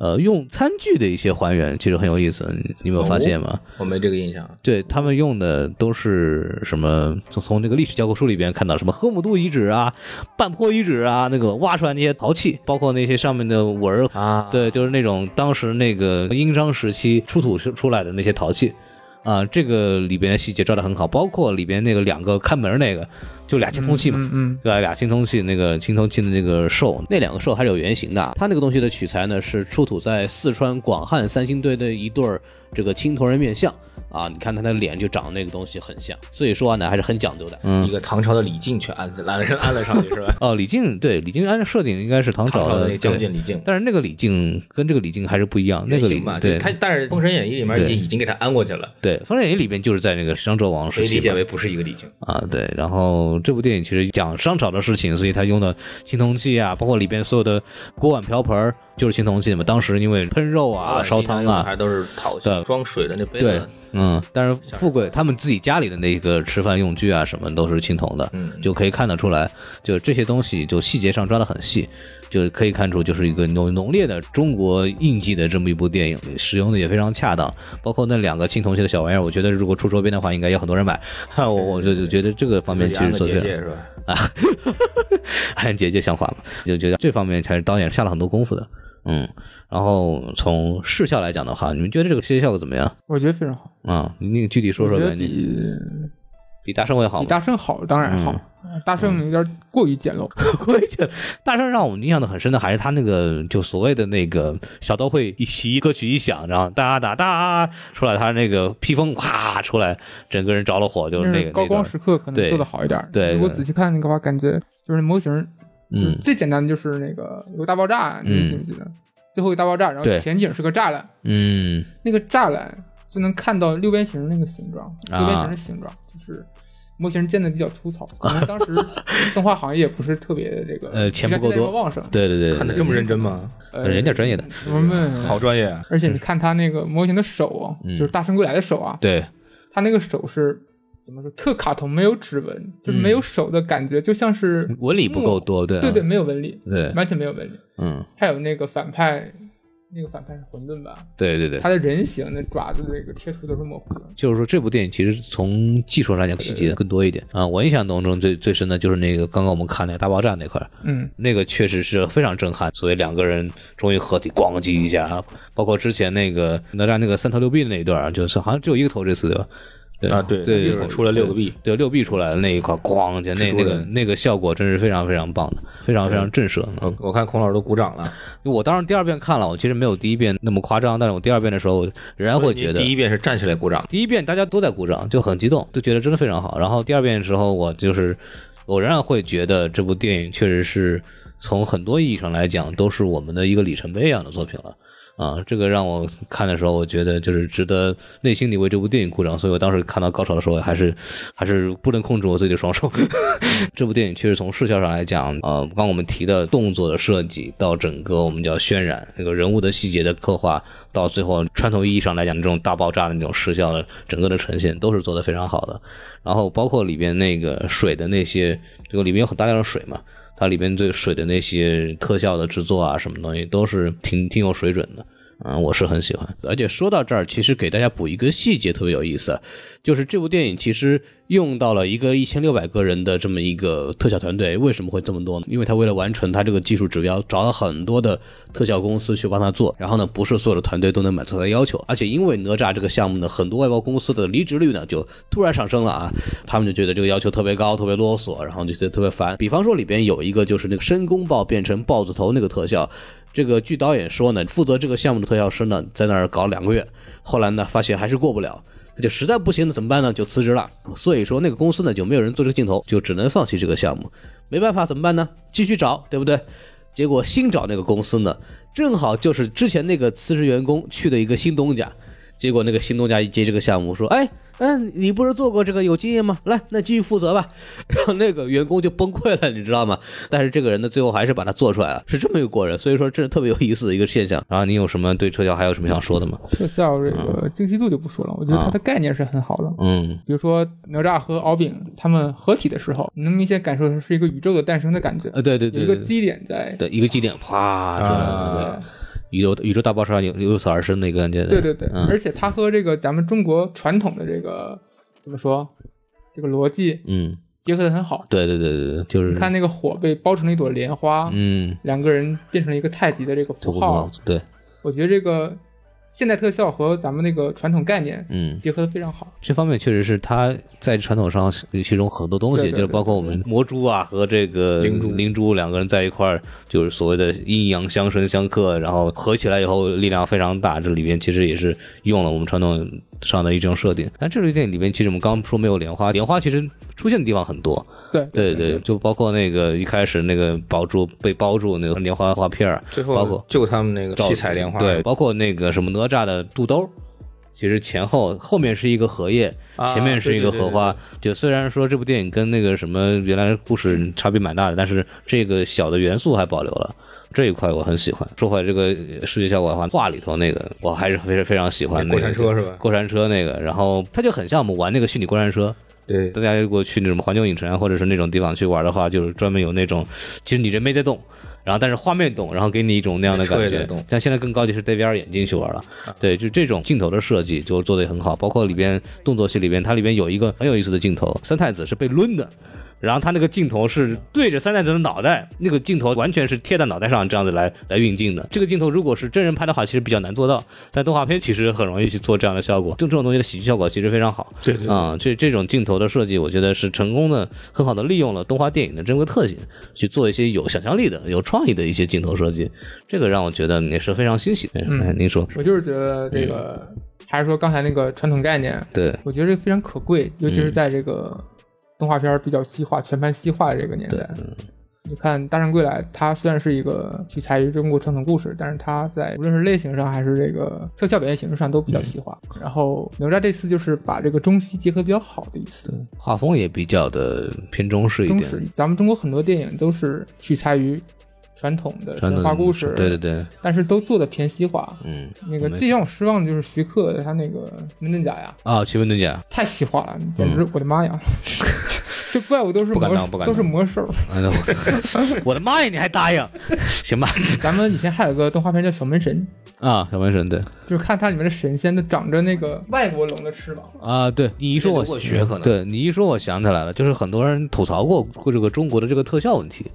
S2: 呃，用餐具的一些还原其实很有意思，你你有没有发现吗？
S3: 我没这个印象。
S2: 对他们用的都是什么？从从那个历史教科书里边看到什么河姆渡遗址啊、半坡遗址啊，那个挖出来那些陶器，包括那些上面的纹儿
S1: 啊，
S2: 对，就是那种当时那个殷商时期出土出出来的那些陶器，啊、这个里边的细节抓得很好，包括里边那个两个看门儿那个，就俩青铜器嘛。
S1: 嗯嗯，
S2: 对吧？俩青铜器，那个青铜器的那个兽，那两个兽还是有原型的啊。它那个东西的取材呢，是出土在四川广汉三星堆的一对儿这个青铜人面像啊。你看它的脸就长那个东西很像，所以说呢还是很讲究的。？
S3: 一个唐朝的李靖却安安了安了上去是吧
S2: 哦，李靖对李靖按照设定应该是 唐
S3: 唐
S2: 朝
S3: 朝的那
S2: 的
S3: 个将
S2: 对
S3: 军李靖，
S2: 但是那个李靖跟这个李靖还是不一样，那个
S3: 原
S2: 李
S3: 型嘛，就
S2: 对
S3: 是他但是《封神演义》里面
S2: 对
S3: 也已经给他安过去了，
S2: 对，《封神演义》里边就是在那个商纣王
S3: 可
S2: 时
S3: 以
S2: 期
S3: 理解
S2: 嘛
S3: 为不是一个李靖。
S2: 啊，对。然后这部电影其实讲商朝的事情，所以他用的青铜器啊，包括里边所有的锅碗瓢盆儿就是青铜器嘛。当时因为烹肉啊、烧汤啊，
S3: 还都是陶器
S2: 对
S3: 装水的那杯
S2: 对
S3: 子，，
S2: 嗯。但是富贵他们自己家里的那个吃饭用具啊，什么都是青铜的，
S3: 嗯，
S2: 就可以看得出来，就这些东西就细节上抓得很细，就可以看出就是一个浓浓烈的中国印记的这么一部电影，使用的也非常恰当。包括那两个青铜器的小玩意儿，我觉得如果出周边的话，应该有很多人买。我我就就觉得这个方
S3: 嗯自
S2: 面
S3: 己
S2: 其
S3: 安
S2: 实
S3: 个
S2: 做
S3: 结
S2: 的
S3: 界是吧？
S2: 按结界想法嘛，就觉得这方面还是导演下了很多功夫的。嗯，然后从视效来讲的话，你们觉得这个视觉效果怎么样？
S1: 我觉得非常好，
S2: 啊、你具体说说
S1: 我觉得，
S2: 呗你
S1: 比
S2: 比大圣会好
S1: 比
S2: 吗？
S1: 大圣好，当然好，
S2: 嗯
S1: 大圣有点过于简陋，
S2: 我也觉得 大圣让我们印象的很深的还是他那个就所谓的那个小刀会一起歌曲一响，然后哒哒哒出来，他那个披风哗出来，整个人着了火，就
S1: 但
S2: 是那
S1: 是
S2: 个
S1: 高光
S2: 那
S1: 时刻可能
S2: 对
S1: 做的好一点。
S2: 对
S1: 如果
S2: 对
S1: 仔细看那个话，感觉就是模型
S2: 个
S1: 就是
S2: 嗯
S1: 最简单的就是那个有个大爆炸，你们记不记得？最后一个大爆炸，然后
S2: 对
S1: 前景是个栅栏，
S2: 嗯
S1: 那个栅栏就能看到六边形那个形状，
S2: 啊
S1: 六边形的形状就是。模型建的比较粗糙，可能 当时动画行业不是特别的这个
S2: 呃钱
S1: 不像
S2: 不
S1: 现
S2: 够
S1: 在这么
S2: 多
S1: 旺盛，
S2: 对对对，
S3: 看得这么认真吗？
S1: 呃，
S2: 人家专业的，
S1: 我们
S3: 好专业啊！
S1: 而且你看他那个模型的手啊，
S2: 嗯
S1: 就是大圣归来的手啊，
S2: 对
S1: 他那个手是怎么说？特卡通，没有指纹，就是没有手的感觉，就像是
S2: 嗯纹理不够多，对
S1: 对对，
S2: 对
S1: 没有纹理，
S2: 对，
S1: 完全没有纹理。
S2: 嗯
S1: 还有那个反派，那个反派是混沌吧？
S2: 对对对。
S1: 他的人形那爪子那个贴图都是模糊的。
S2: 就是说，这部电影其实从技术上来讲，细节更多一点啊。我印象当中最最深的就是那个刚刚我们看那个大爆炸那块儿，
S1: 嗯，
S2: 那个确实是非常震撼。所以两个人终于合体，咣叽一下，包括之前那个哪吒那个三头六臂的那一段儿，就是好像只有一个头这次对吧？对
S3: 啊，对
S2: 对，
S3: 就是出了六个币，
S2: 对六臂出来的那一块，咣，就那
S3: 蜘蛛
S2: 那个
S3: 人
S2: 那个效果真是非常非常棒的，非常非常震慑。嗯
S3: 我我看孔老师都鼓掌了，
S2: 我当时第二遍看了，我其实没有第一遍那么夸张，但是我第二遍的时候，我仍然会觉得
S3: 你第一遍是站起来鼓掌，
S2: 第一遍大家都在鼓掌，就很激动，就觉得真的非常好。然后第二遍的时候，我就是我仍然会觉得这部电影确实是从很多意义上来讲，都是我们的一个里程碑一样的作品了。啊，这个让我看的时候，我觉得就是值得内心里为这部电影鼓掌，所以我当时看到高潮的时候，还是还是不能控制我自己的双手。这部电影确实从视效上来讲，呃，刚刚我们提的动作的设计，到整个我们叫渲染那个人物的细节的刻画，到最后传统意义上来讲，这种大爆炸的那种视效的整个的呈现，都是做得非常好的。然后包括里边那个水的那些，这个里面有很大量的水嘛，它里边对水的那些特效的制作啊，什么东西都是挺挺有水准的。嗯，我是很喜欢。而且说到这儿，其实给大家补一个细节特别有意思，啊就是这部电影其实用到了一个一千六百个人的这么一个特效团队。为什么会这么多呢？因为他为了完成他这个技术指标，找了很多的特效公司去帮他做。然后呢，不是所有的团队都能满足他的要求。而且因为哪吒这个项目呢，很多外包公司的离职率呢就突然上升了啊，他们就觉得这个要求特别高，特别啰嗦，然后就觉得特别烦。比方说里边有一个就是那个申公豹变成豹子头那个特效。这个据导演说呢，负责这个项目的特效师呢，在那儿搞两个月，后来呢发现还是过不了，他就实在不行了，怎么办呢？就辞职了。所以说那个公司呢就没有人做这个镜头，就只能放弃这个项目。没办法，怎么办呢？继续找，对不对？结果新找那个公司呢，正好就是之前那个辞职员工去的一个新东家。结果那个新东家一接这个项目，说：“哎，嗯，你不是做过这个有经验吗？来，那继续负责吧。” 然后那个员工就崩溃了，你知道吗？但是这个人呢，最后还是把它做出来了，是这么一个过程。所以说，这是特别有意思的一个现象。然后啊你有什么对特效还有什么想说的吗？
S1: 特效这个精细度就不说了，我觉得它的概念是很好的。
S2: 嗯
S1: 比如说哪吒和敖丙他们合体的时候，你能明显感受到是一个宇宙的诞生的感觉，
S2: 呃，对对
S1: 有
S2: 对
S1: 一个
S2: 对，
S1: 基点在。
S2: 对一个基点，啪，是吧？
S1: 对
S2: 对，宇宙宇宙大爆炸由由此而生的一个感觉。
S1: 对对对，
S2: 嗯
S1: 而且它和这个咱们中国传统的这个怎么说，这个逻辑
S2: 嗯，
S1: 结合的很好。
S2: 对对对对对，就是
S1: 你看那个火被包成了一朵莲花，
S2: 嗯，
S1: 两个人变成了一个太极的这个
S2: 走
S1: 符
S2: 不
S1: 号
S2: 动，，对，
S1: 我觉得这个现代特效和咱们那个传统概念
S2: 嗯。
S1: 结合的非常好。
S2: 这方面确实是它在传统上其中很多东西，
S1: 对对对
S2: 就是包括我们魔珠啊和这个
S3: 灵珠
S2: 灵珠两个人在一块儿，就是所谓的阴阳相生相克，然后合起来以后力量非常大。这里边其实也是用了我们传统上的一种设定。但这部电影里面，其实我们刚刚说没有莲花，莲花其实出现的地方很多，
S1: 对
S2: 对对，，就包括那个一开始那个宝珠被包住那个莲花花片儿，
S3: 最
S2: 包括
S3: 后就他们那个
S2: 照
S3: 七彩莲花，
S2: 对，包括那个什么哪吒的肚兜，其实前后后面是一个荷叶，
S3: 啊
S2: 前面是一个荷花。
S3: 对
S2: 就虽然说这部电影跟那个什么原来故事差别蛮大的，但是这个小的元素还保留了。这一块我很喜欢。说回来这个呃视觉效果的话，画里头那个我还是非常非常喜欢、那个。
S3: 过山车是吧？
S2: 过山车那个，然后它就很像我们玩那个虚拟过山车，
S3: 对，
S2: 大家如果去那种环球影城啊，或者是那种地方去玩的话，就是专门有那种，其实你人没在动，然后但是画面动，然后给你一种那样的感
S3: 车也
S2: 觉
S3: 在动。
S2: 像现在更高级是戴 VR 眼镜去玩了，对，就这种镜头的设计就做得也很好，包括里边动作戏里边，它里边有一个很有意思的镜头，三太子是被抡的。然后他那个镜头是对着三太子的脑袋，那个镜头完全是贴在脑袋上这样子来来运镜的。这个镜头如果是真人拍的话，其实比较难做到，但动画片其实很容易去做这样的效果。就这种东西的喜剧效果其实非常好。
S3: 对对
S2: 啊、这这种镜头的设计，我觉得是成功的、很好的利用了动画电影的这么个特性，去做一些有想象力的、有创意的一些镜头设计，这个让我觉得也是非常欣喜。
S1: 嗯
S2: 哎您说，
S1: 我就是觉得这个
S2: 嗯
S1: 还是说刚才那个传统概念，
S2: 对，
S1: 我觉得这个非常可贵，尤其
S2: 嗯
S1: 是在这个动画片儿比较西化、全盘西化的这个年代。
S2: 嗯
S1: 你看《大圣归来》，它虽然是一个取材于中国传统故事，但是它在无论是类型上还是这个特效表现形式上都比较西化。
S2: 嗯
S1: 然后哪吒这次就是把这个中西结合比较好的一次。
S2: 画风也比较的偏中式一
S1: 中
S2: 点，
S1: 式，咱们中国很多电影都是取材于传统的
S2: 传
S1: 神
S2: 统
S1: 话故事，
S2: 对对对，
S1: 但是都做的偏西化。
S2: 嗯，
S1: 那个
S2: 没
S1: 最让我失望的就是徐克他那个门趸甲呀，
S2: 啊，奇门遁甲，
S1: 太西化了，简直我的妈呀！ 这怪物都是
S2: 嗯不敢
S1: 魔
S2: 当不敢
S1: 都是
S2: 当
S1: 魔兽。
S2: 哎那我 我的妈呀，你还答应？ 行吧，
S1: 咱们以前还有个动画片叫《小门神
S2: 啊，小门神，对，》，
S1: 就是看它里面的神仙都长着那个外国龙的翅膀。
S2: 啊，对你一说我
S3: 这过学可能
S2: 对你一说我想起来了，就是很多人吐槽过过这个中国的这个特效问题，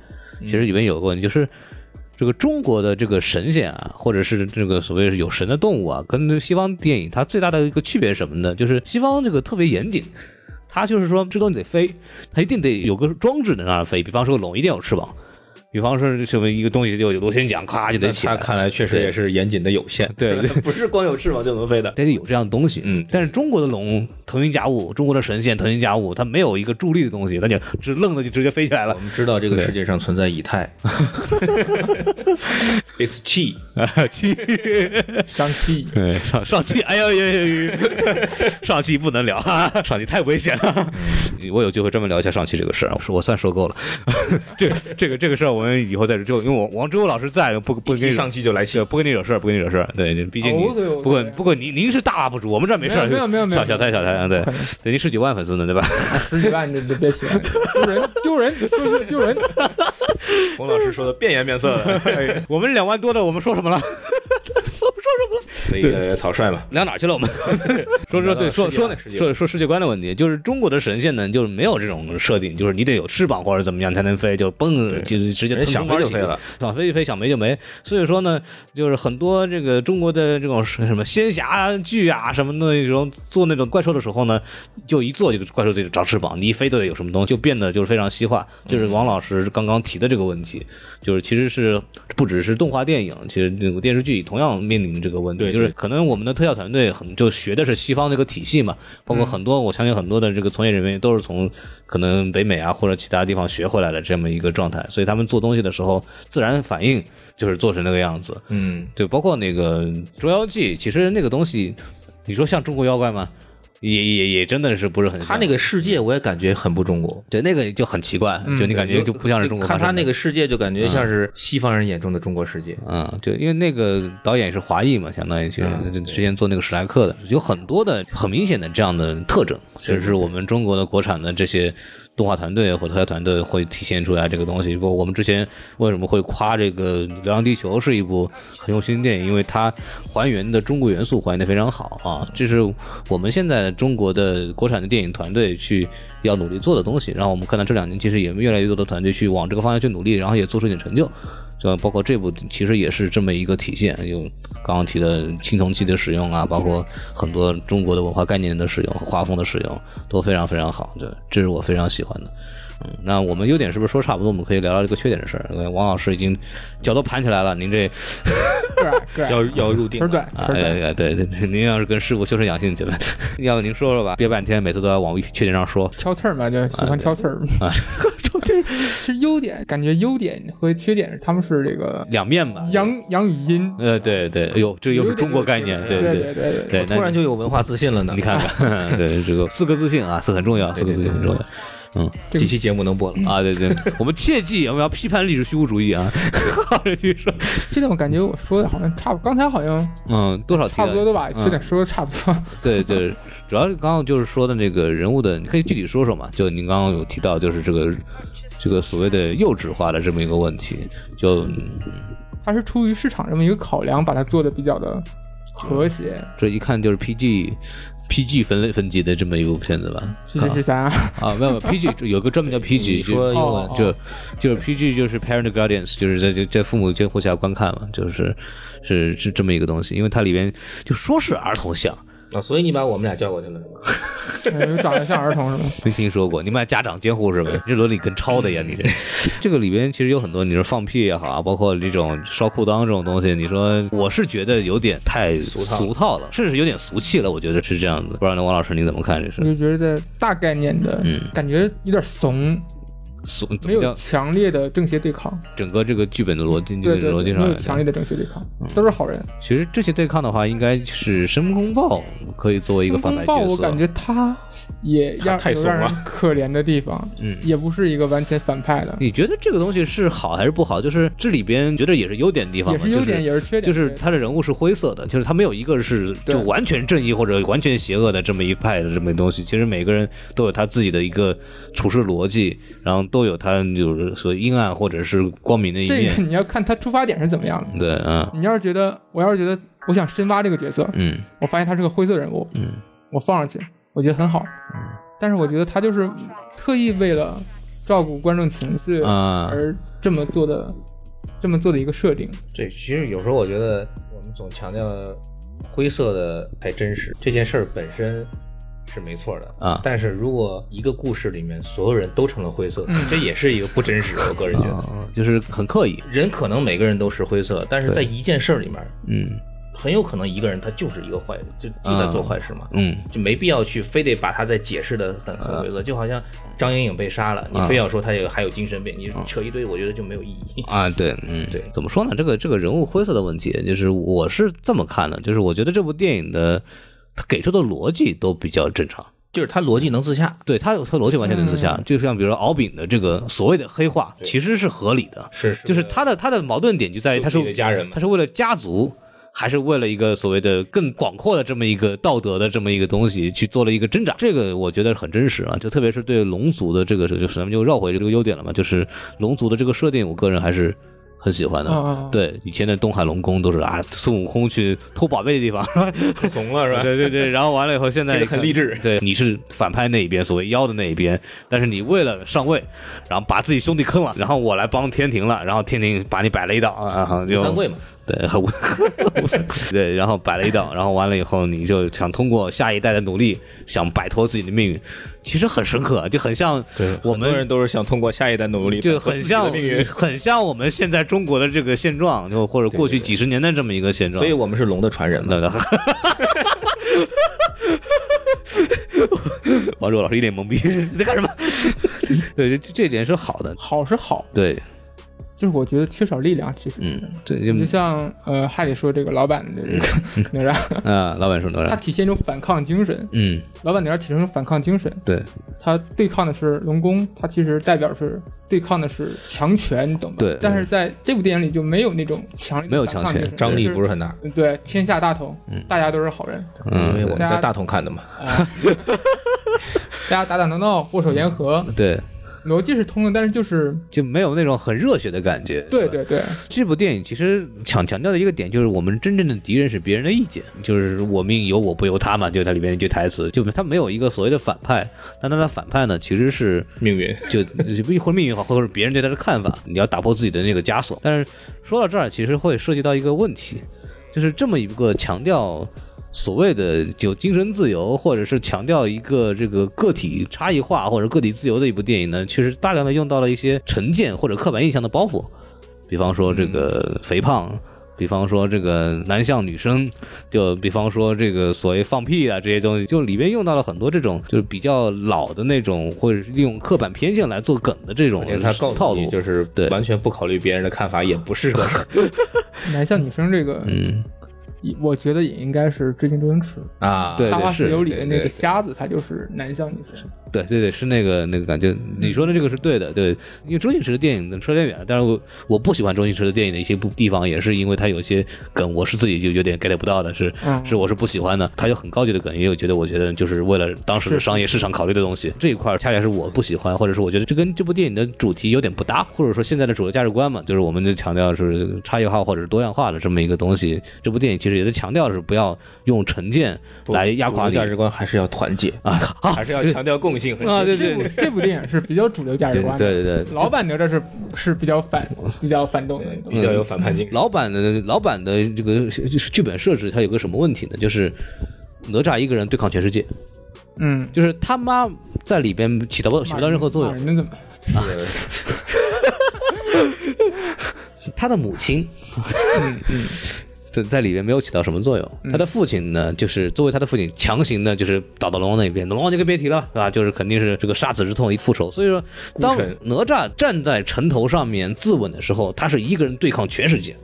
S3: 嗯
S2: 其实里面有个问题就是。这个中国的这个神仙啊，或者是这个所谓是有神的动物啊，跟西方电影它最大的一个区别是什么呢？就是西方这个特别严谨，它就是说这东西得飞，它一定得有个装置能让它飞，比方说龙一定有翅膀，比方说什么一个东西就有螺旋桨，咔就
S3: 那
S2: 得起
S3: 他
S2: 来。
S3: 看来确实也是严谨的有限，
S2: 对对，
S3: 不是光有翅膀就能飞的。
S2: 得有这样的东西。
S3: 嗯
S2: 但是中国的龙腾云驾雾，中国的神仙腾云驾雾，它没有一个助力的东西，它就直愣的就直接飞起来
S3: 我
S2: 了。
S3: 们知道这个世界上存在以 太，It's chi，
S2: 气，
S1: 上期
S2: 上上气，哎呦呦呦呦， 上气不能聊啊，上气太危险了。
S3: 嗯
S2: 我有机会专门聊一下上气这个事儿，我算受够了。 这这个这个事儿，我们以后再就因为我王志武老师在，不不跟
S3: 一
S2: 你
S3: 上气就来气
S2: 对，。不跟你惹事儿，不跟你惹事儿。对，毕竟你
S1: 哦对我
S2: 不过
S1: 对
S2: 不过您您是大 UP 主，我们这儿没事儿，
S1: 没有没有没有
S2: 小小台小台，对
S1: 不可能
S2: 对，您十几万粉丝呢，对吧？
S1: 十几万，你就别学了，丢人丢人，说是丢 人。
S3: 冯老师说的变颜变色的，
S2: 我们两万多的，我们说什么了？我们说什么了？
S3: 所以越来越草率嘛。
S2: 聊哪儿去了？我们 说说对，说说说说世界观的问题，就是中国的神仙呢，就是没有这种设定，就是你得有翅膀或者怎么样才能飞，就
S3: 对
S2: 蹦就是直接
S3: 人
S2: 腾
S3: 想
S2: 空而
S3: 飞就
S2: 起
S3: 飞了，
S2: 想飞一飞，想没就没。所以说呢，就是很多这个中国的这种什么仙侠剧啊什么的那种做那种怪兽的时候呢，就一做这个怪兽得长翅膀，你一飞都得有什么东西，就变得就是非常西化。
S3: 嗯
S2: 就是王老师刚刚提的这个问题，就是其实是不只是动画电影，其实这个电视剧同样面临这个问题，
S3: 对
S2: 就是
S3: 对
S2: 可能我们的特效团队很就学的是西方这个体系嘛，包
S3: 嗯
S2: 括很多、我相信很多的这个从业人员都是从可能北美啊或者其他地方学回来的这么一个状态，所以他们做东西的时候自然反应就是做成那个样子。
S3: 嗯，
S2: 对，包括那个《捉妖记》，其实那个东西，你说像中国妖怪吗？也也也真的是不是很像
S3: 他那个世界我也感觉很不中国，
S2: 对那个就很奇怪，
S1: 嗯
S2: 就你感觉就不像是中国发
S3: 看
S2: 生的。
S3: 他那个世界就感觉像是西方人眼中的中国世界。
S2: 嗯，就因为那个导演是华裔嘛，相当于就是
S3: 嗯
S2: 就之前做那个史莱克的，有很多的很明显的这样的特征，就是我们中国的国产的这些动画团队或者特效团队会体现出来这个东西。不，我们之前为什么会夸这个《流浪地球》是一部很用心的电影，因为它还原的中国元素还原的非常好啊，这是我们现在中国的国产的电影团队去要努力做的东西。然后我们看到这两年其实也越来越多的团队去往这个方向去努力，然后也做出一点成就。就包括这部其实也是这么一个体现，有刚刚提的青铜器的使用啊，包括很多中国的文化概念的使用和画风的使用都非常非常好，对，这是我非常喜欢的。嗯，那我们优点是不是说差不多？我们可以聊聊这个缺点的事儿。因为王老师已经脚都盘起来了，您这
S1: 个儿矮个儿矮，
S3: 要要入
S1: 腿
S3: 定
S1: 儿短
S2: 啊，
S1: 腿儿
S2: 哎
S1: 短。
S2: 哎对对对，您要是跟师傅修身养性去了，要不您说说吧，憋半天，每次都要往缺点上说。
S1: 挑刺儿嘛，就喜欢挑刺儿。 啊，其实优点，感觉优点和缺点，他们是这个
S2: 两面吧，
S1: 阳阳与阴。
S2: 呃，对对，哎呦，这又是中国概念，
S1: 对
S2: 对
S1: 对对
S2: 对，那
S3: 突然就有文化自信了呢。
S2: 你看看， 对这个四个自信啊，这很重要，四个自信很重要。嗯
S1: 这
S3: 这
S1: 个
S3: 期节目能播了，
S2: 啊，对对，我们切记我们要批判历史虚无主义啊。 据说，
S1: 缺点我感觉我说的好像差不，刚才好像
S2: 嗯，多少提
S1: 差
S2: 了
S1: 不多都把
S2: 嗯
S1: 缺点说的差不多。
S2: 对对，主要是刚刚就是说的那个人物的，你可以具体说说嘛？就您刚刚有提到，就是这个这个所谓的幼稚化的这么一个问题，就嗯
S1: 它是出于市场这么一个考量，把它做的比较的和谐。
S2: 这一看就是 PG。PG 分类分级的这么一部片子吧，
S1: 七七十三，
S2: 啊，没有没有 PG 有个专门叫 PG，
S3: 你说英文
S1: 哦哦
S2: 就就是 PG 就是 parent guardians，就是在在在父母监护下观看嘛，就是是是这么一个东西，因为它里边就说是儿童像，
S3: 啊，所以你把我们俩叫过去了。
S1: 嗯长得像儿童是吗？
S2: 没听说过，你们俩家长监护是吧？这伦理跟抄的呀，你
S1: 嗯
S2: 这 这个里边其实有很多，你说放屁也好啊，包括这种烧裤裆这种东西，你说我是觉得有点太俗套了，甚至是有点俗气了，我觉得是这样子。不知道那王老师你怎么看这
S1: 我
S2: 事？
S1: 就觉得大概念的
S2: 嗯
S1: 感觉有点怂，
S2: 俗怎
S1: 没
S2: 么
S1: 有
S2: 叫
S1: 强烈的正邪对抗。
S2: 整个这个剧本的逻辑
S1: 对
S2: 这
S1: 对
S2: 个
S1: 对，
S2: 逻辑上
S1: 没有
S2: 来
S1: 强
S2: 讲
S1: 烈。的正邪对抗，
S2: 嗯
S1: 都是好人。
S2: 其实这些对抗的话，应该是申公豹可以作为一个反
S1: 风
S2: 派
S1: 暴
S2: 角
S1: 我
S2: 色。
S1: 感觉他也让
S3: 太
S1: 有
S3: 怂
S1: 让
S3: 了
S1: 人可怜的地方，
S2: 嗯
S1: 也不是一个完全反派的，
S2: 你觉得这个东西是好还是不好？就是这里边觉得也是优点的地方
S1: 也
S2: 嘛，
S1: 是优点也是缺点，
S2: 就是
S1: 对
S2: 他的人物是灰色的，就是他没有一个是
S1: 对
S2: 就完全正义或者完全邪恶的这么一派的这么东西。其实每个人都有他自己的一个处事逻辑，然后都有他就是所阴暗或者是光明的一
S1: 这
S2: 面
S1: 个。你要看他出发点是怎么样的。
S2: 对，嗯
S1: 你要是觉得我要是觉得我想深挖这个角色，
S2: 嗯
S1: 我发现他是个灰色人物，
S2: 嗯
S1: 我放上去，我觉得很好。但是我觉得他就是特意为了照顾观众情绪
S2: 啊，
S1: 而这么做的，这么做的一个设定。
S3: 对，其实有时候我觉得我们总强调灰色的才真实，这件事儿本身是没错的
S2: 啊
S3: 但是如果一个故事里面所有人都成了灰色，
S1: 嗯
S3: 这也是一个不真实。我个人觉 得，
S2: 啊就是很刻意。
S3: 人可能每个人都是灰色，但是在一件事儿里面，
S2: 嗯
S3: 很有可能一个人他就是一个坏人，就就在做坏事嘛。
S2: 嗯
S3: 就没必要去非得把他再解释的很很晦涩，就好像张莹莹被杀了，你
S2: 啊
S3: 非要说她有还有精神病，你扯一堆，我觉得就没有意义。
S2: 啊，对，嗯，
S3: 对
S2: 怎么说呢？这个这个人物灰色的问题，就是我是这么看的，就是我觉得这部电影的他给出的逻辑都比较正常，
S3: 就是他逻辑能自洽，
S2: 对他有他逻辑完全能自洽，就像比如说敖丙的这个所谓的黑化，其实是合理的，
S3: 是
S2: 就是他的他的矛盾点就在于他是
S3: 自己的家人嘛
S2: 他是为了家族。还是为了一个所谓的更广阔的这么一个道德的这么一个东西去做了一个挣扎，这个我觉得很真实啊，就特别是对龙族的这个，就是咱们就绕回这个优点了嘛，就是龙族的这个设定，我个人还是很喜欢的。
S1: 啊啊啊
S2: 对，以前的东海龙宫都是啊，孙悟空去偷宝贝的地方，是吧？
S3: 可怂了 是吧？
S2: 对对对， 然后完了以后，现在
S3: 这个很
S2: 你看
S3: 励志
S2: 对，你是反派那一边，所谓妖的那一边，但是你为了上位，然后把自己兄弟坑了，然后我来帮天庭了，然后天庭把你摆了一道啊，啊就
S3: 三桂嘛，
S2: 对， 很无无三桂对，然后摆了一道，然后完了以后，你就想通过下一代的努力，想摆脱自己的命运，其实很深刻，就很像我
S3: 很多
S2: 们
S3: 人都是想通过下一代努力，
S2: 就很像
S3: 命运。
S2: 很像我们现在中国的这个现状，就或者过去几十年的这么一个现状。
S3: 所以我们是龙的传人嘛。
S2: 那哈，
S1: 嗯
S2: 王卓老师一脸懵逼，你在干 什么？对，这这点是好的。
S1: 好是好，
S2: 对，
S1: 就是我觉得缺少力量，其实是。
S2: 嗯，这
S1: 你就
S2: 就
S1: 像呃，还得说这个老板的这个哪吒，
S2: 啊，老板说哪
S1: 他
S2: 吒，
S1: 体现一种反抗精神。
S2: 嗯，
S1: 老板哪吒体现一种反抗精神，
S2: 对
S1: 他对抗的是龙宫，他其实代表是对抗的是强权，你懂吧？
S2: 对
S1: 但是在这部电影里就没有那种强烈的
S2: 没有
S1: 反
S2: 强
S1: 抗
S2: 权
S1: 精神
S3: 张力不
S1: 就是
S3: 很大，
S1: 是对天下大同
S2: 嗯，
S1: 大家都是好人，
S3: 因为我
S2: 嗯，
S3: 们在大同看的嘛。
S1: 啊，大家打打闹闹，握手言和，
S2: 对，
S1: 逻辑是通的，但是就是
S2: 就没有那种很热血的感觉。
S1: 对
S2: 是吧
S1: 对对，
S2: 这部电影其实想强调的一个点就是，我们真正的敌人是别人的意见，就是我命由我不由他嘛，就它里面一句台词，就他没有一个所谓的反派，但他的反派呢，其实是
S3: 命运
S2: 就就或者命运好，或者是别人对他的看法，你要打破自己的那个枷锁。但是说到这儿，其实会涉及到一个问题，就是这么一个强调所谓的就精神自由，或者是强调一个这个个体差异化或者个体自由的一部电影呢，确实大量的用到了一些成见或者刻板印象的包袱，比方说这个肥胖。比方说这个男相女生，就比方说这个所谓放屁啊这些东西，就里面用到了很多这种就是比较老的那种，或者是利用刻板偏见来做梗的这种
S3: 而且他告
S2: 套
S3: 诉你，
S2: 路，
S3: 就是
S2: 对
S3: 完全不考虑别人的看法，也不适合事儿
S1: 男校女生这个，
S2: 嗯，
S1: 我觉得也应该是致敬周星驰
S3: 啊。
S2: 对
S1: 《大话西游》里的
S2: 是
S1: 那
S2: 对
S1: 个瞎子，他就是男校女生。
S2: 对对对，是那个那个感觉。你说的这个是对的，对，因为周星驰的电影的扯点远了，但是我我不喜欢周星驰的电影的一些部地方，也是因为他有些梗我是自己就有点 get 不到的，是
S1: 嗯
S2: 是我是不喜欢的。他有很高级的梗，也有觉得我觉得就是为了当时的商业市场考虑的东西，这一块儿恰恰是我不喜欢，或者是我觉得这跟这部电影的主题有点不搭，或者说现在的主流价值观嘛，就是我们就强调是差异化或者是多样化的这么一个东西。这部电影其实也在强调是不要用成见来压垮
S3: 主
S2: 你
S3: 流价值观还是要团结，
S2: 啊，好
S3: 还是要强调共性和
S2: 啊，对对
S1: 这
S2: 对
S1: 部。这部电影是比较主流价值
S2: 对
S1: 观的，
S2: 对对对，
S1: 老板哪吒是是比较反比较反动的，
S3: 比较有反叛精神。
S2: 老板的老板的这个就是剧本设置，它有个什么问题呢？就是哪吒一个人对抗全世界，
S1: 嗯，
S2: 就是他妈在里边起到不起不到任何作
S1: 骂
S2: 用。
S1: 人的怎么？
S2: 嗯
S3: 是
S2: 他的母亲，在 在里边没有起到什么作用。他的父亲呢，就是作为他的父亲，强行的就是倒到龙王那边，龙王就更别提了，是吧？就是肯定是这个杀子之痛一复仇。所以说，当
S3: 臣
S2: 哪吒站在城头上面自刎的时候，他是一个人对抗全世界，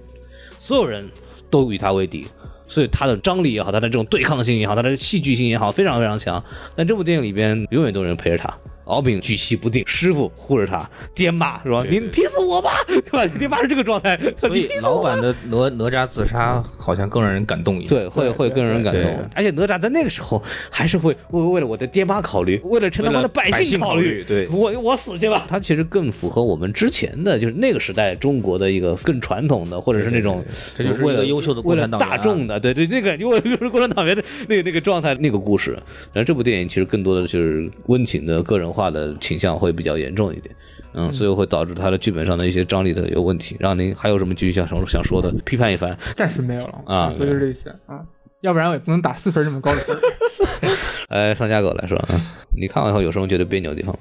S2: 所有人都与他为敌。所以他的张力也好，他的这种对抗性也好，他的戏剧性也好，非常非常强。但这部电影里边永远都有人陪着他，敖丙举棋不定，师傅护着他，爹妈是吧？
S3: 对
S2: 您
S3: 对
S2: 劈死我吧，对吧？爹妈是这个状态，
S3: 所
S2: 你
S3: 以
S2: 劈死
S3: 老
S2: 我吧。
S3: 板的哪哪吒自杀好像更让人感动一些。
S2: 对，会
S1: 对
S2: 会
S1: 对
S2: 更让人感
S3: 对
S2: 动，而且哪吒在那个时候还是会为为了我的爹妈考虑，为了陈他妈的
S3: 百
S2: 姓
S3: 考
S2: 虑，
S3: 对，
S2: 我我死去吧。他其实更符合我们之前的，就是那个时代中国的一个更传统的，或者是那种
S3: 这就是
S2: 为
S3: 一
S2: 了
S3: 个优秀的
S2: 为
S3: 共
S2: 了
S3: 产党员啊
S2: 大众的，对对，那个为了就是共产党员的那个那个状态那个故事。然后这部电影其实更多的就是温情的个人化的倾向会比较严重一点，嗯，所以会导致他的剧本上的一些张力的有问题。让您还有什么继续想想想说的，批判一番。
S1: 暂时没有了
S2: 啊
S1: 所以就是这些啊，要不然我也不能打四分这么高的分。
S2: 哎，上家狗来说，嗯你看完以后有什么觉得别扭的地方吗？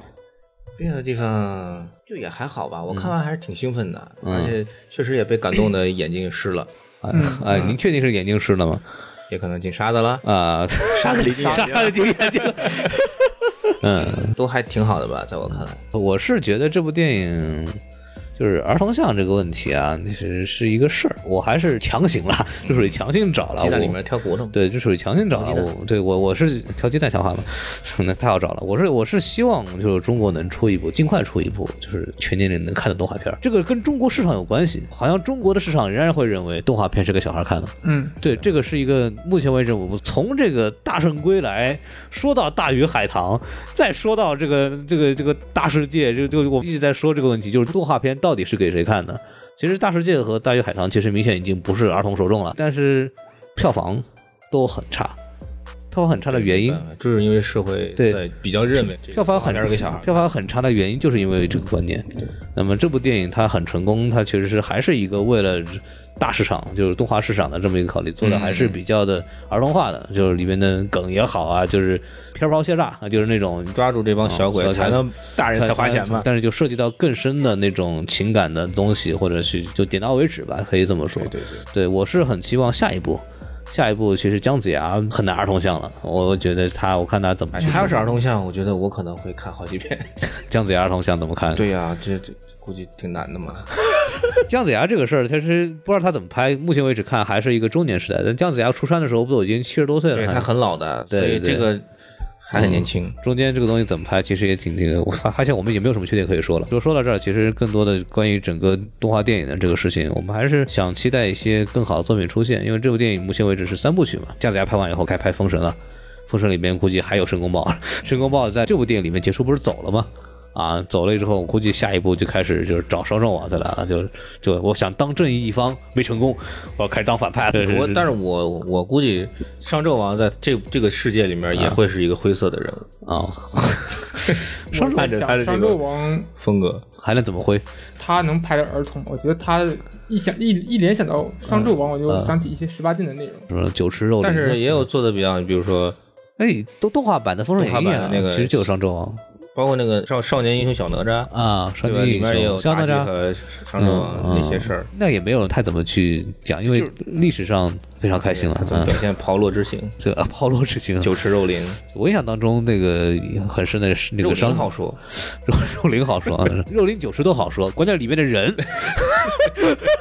S3: 别的地方就也还好吧，我看完还是挺兴奋的，
S2: 嗯
S3: 而且确实也被感动的眼睛湿了，
S2: 哎
S1: 嗯
S2: 哎，您确定是眼睛湿了吗？
S3: 也可能进沙子了，
S2: 啊，
S3: 沙子里进
S2: 沙的进眼睛了。嗯，
S3: 都还挺好的吧，在我看来，
S2: 我是觉得这部电影。就是儿童像这个问题啊，那是是一个事儿，我还是强行了，就属于强行找了。
S3: 鸡蛋
S2: 我
S3: 里面挑骨头嘛。
S2: 对，就属于强行找
S3: 调鸡
S2: 了。
S3: 蛋
S2: 我对我我是调鸡蛋调话嘛， 那太好找了。我是我是希望就是中国能出一部，尽快出一部，就是全年龄能看的动画片儿。这个跟中国市场有关系，好像中国的市场仍然会认为动画片是给小孩看的。
S1: 嗯，
S2: 对，这个是一个目前为止我们从这个《大圣归来》说到《大鱼海棠》，再说到这个这个这个大世界，就就我们一直在说这个问题，就是动画片到到底是给谁看的？其实《大世界》和《大鱼海棠》其实明显已经不是儿童受众了，但是票房都很差。票房很差的原因，
S3: 就是因为社会
S2: 对
S3: 在比较认为这个
S2: 票房很
S3: 画片儿给小孩儿
S2: 票房很差的原因就是因为这个观念。那么这部电影它很成功，它其实是还是一个为了大市场，就是动画市场的这么一个考虑，做的还
S3: 嗯
S2: 是比较的儿童化的，就是里面的梗也好啊，就是片儿包蟹炸啊，就是那种
S3: 抓住这帮哦小鬼
S2: 嗯
S3: 才能大人才花钱嘛。
S2: 但是就涉及到更深的那种情感的东西，或者是就点到为止吧，可以这么说。
S3: 对
S2: 对我是很期望下一步。下一步其实姜子牙很难儿童向了，我觉得他，我看他怎么
S3: 哎，
S2: 去
S3: 他要是儿童像，我觉得我可能会看好几遍。
S2: 姜子牙儿童向怎么看？
S3: 对呀、这这估计挺难的 嘛。
S2: 姜子牙这个事儿，其实不知道他怎么拍，目前为止看还是一个中年时代。但姜子牙出山的时候，不都已经七十多岁
S3: 对
S2: 了？还
S3: 他很老的，所
S2: 对
S3: 以
S2: 对
S3: 这个还很年轻。
S2: 中间这个东西怎么拍，其实也挺那个。我 发发现我们也没有什么缺点可以说了。就说到这儿，其实更多的关于整个动画电影的这个事情，我们还是想期待一些更好的作品出现，因为这部电影目前为止是三部曲嘛。姜子牙拍完以后，该拍《封神》了，《封神》里面估计还有申公豹，申公豹在这部电影里面结束不是走了吗？啊，走了之后，我估计下一步就开始就是找商纣王去了啊，就是就我想当正义一方没成功，我要开始当反派了。
S3: 我但是我我估计商纣王在这这个世界里面也会是一个灰色的人物
S2: 啊，
S1: 我在
S3: 按着他
S1: 想
S3: 的这
S1: 商
S3: 个
S1: 纣王
S3: 风格。
S2: 还能怎么挥？
S1: 他能拍的儿童，我觉得他一想一一联想到商纣王，我就想起一些十八禁的内容。
S2: 什么酒池肉林？啊
S1: 但是
S3: 也有做的比较，比如说
S2: 哎，都动画版的《封神演义
S3: 动》画
S2: 啊
S3: 版的那个
S2: 其实就有商纣王
S3: 包括那个少少年英雄小哪吒，
S2: 啊，商
S3: 对
S2: 纣
S3: 吧？里面也有
S2: 相哪
S3: 妲己
S2: 吒，
S3: 和商纣王那些事儿，
S2: 那也没有太怎么去讲，因为历史上非常开心了
S3: 怎么
S2: 啊
S3: 表。现炮烙之刑、
S2: 这个抛落之行，
S3: 酒池肉林。
S2: 我印象当中那个很深的是那
S3: 肉
S2: 个
S3: 林
S2: 商
S3: 好说，
S2: 肉肉林好说啊，肉林九十都好说，关键里面的人。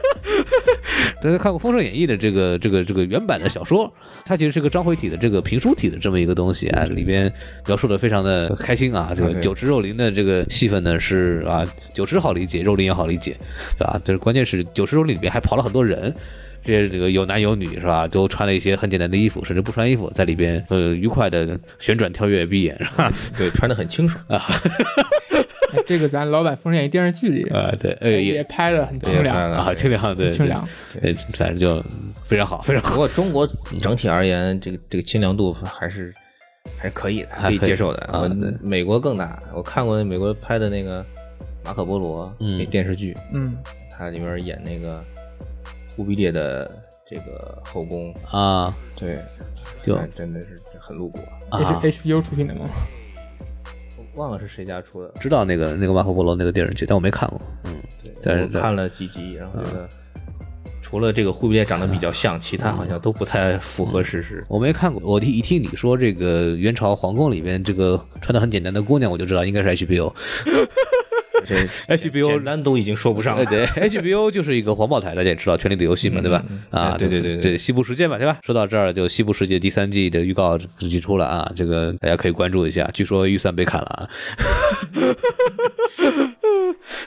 S2: 大家看过《封神演义》的这个这个这个原版的小说，它其实是个章回体的这个评书体的这么一个东西啊，里边描述的非常的开心啊。这
S3: 啊
S2: 个
S3: 对
S2: 九池肉林的这个戏份呢是啊，九池好理解，肉林也好理解，对吧？但是关键是九池肉林里边还跑了很多人，这些这个有男有女是吧？都穿了一些很简单的衣服，甚至不穿衣服，在里边呃愉快的旋转跳跃闭眼是吧？
S3: 对，穿的很清爽，
S1: 哎这个咱老版《封神演义》电视剧里
S2: 啊、对，呃也
S1: 也拍的很清
S3: 也拍
S1: 凉，
S3: 了
S2: 啊，清凉，对，
S1: 清凉。
S2: 对，对，反正就非常好，非常好。
S3: 不过中国整体而言，这个这个清凉度还是还是可以的，
S2: 还
S3: 可
S2: 可以
S3: 以接受的。
S2: 啊
S3: 我
S2: 对
S3: 美国更大，我看过美国拍的那个《马可波罗》
S2: 嗯
S3: 那电视剧，
S1: 嗯，
S3: 它里面演那个忽必烈的这个后宫，
S2: 啊，
S3: 对，
S2: 就
S3: 但真的是很露骨。
S1: 也
S2: 啊，
S1: 是 HBO 出品的吗？
S3: 我忘了是谁家出的，
S2: 知道那个那个马可波罗那个电视剧，但我没看过。嗯，但
S3: 对，
S2: 是
S3: 我看了几集，然后
S2: 嗯
S3: 觉得除了这个忽必烈长得比较像，其他好
S2: 嗯
S3: 像都不太符合事实。
S2: 我没看过。我一听你说这个元朝皇宫里边这个穿的很简单的姑娘，我就知道应该是 HBO。
S3: 这
S2: HBO
S3: 简单都已经说不上了
S2: 哎，。对，HBO 就是一个环保台，大家也知道《权力的游戏》嘛，对吧？啊，
S3: 哎对对
S2: 就是
S3: 对对
S2: 对，西部世界嘛，对吧？说到这儿，就《西部世界》第三季的预告已经出了啊，这个大家可以关注一下。据说预算被砍了啊，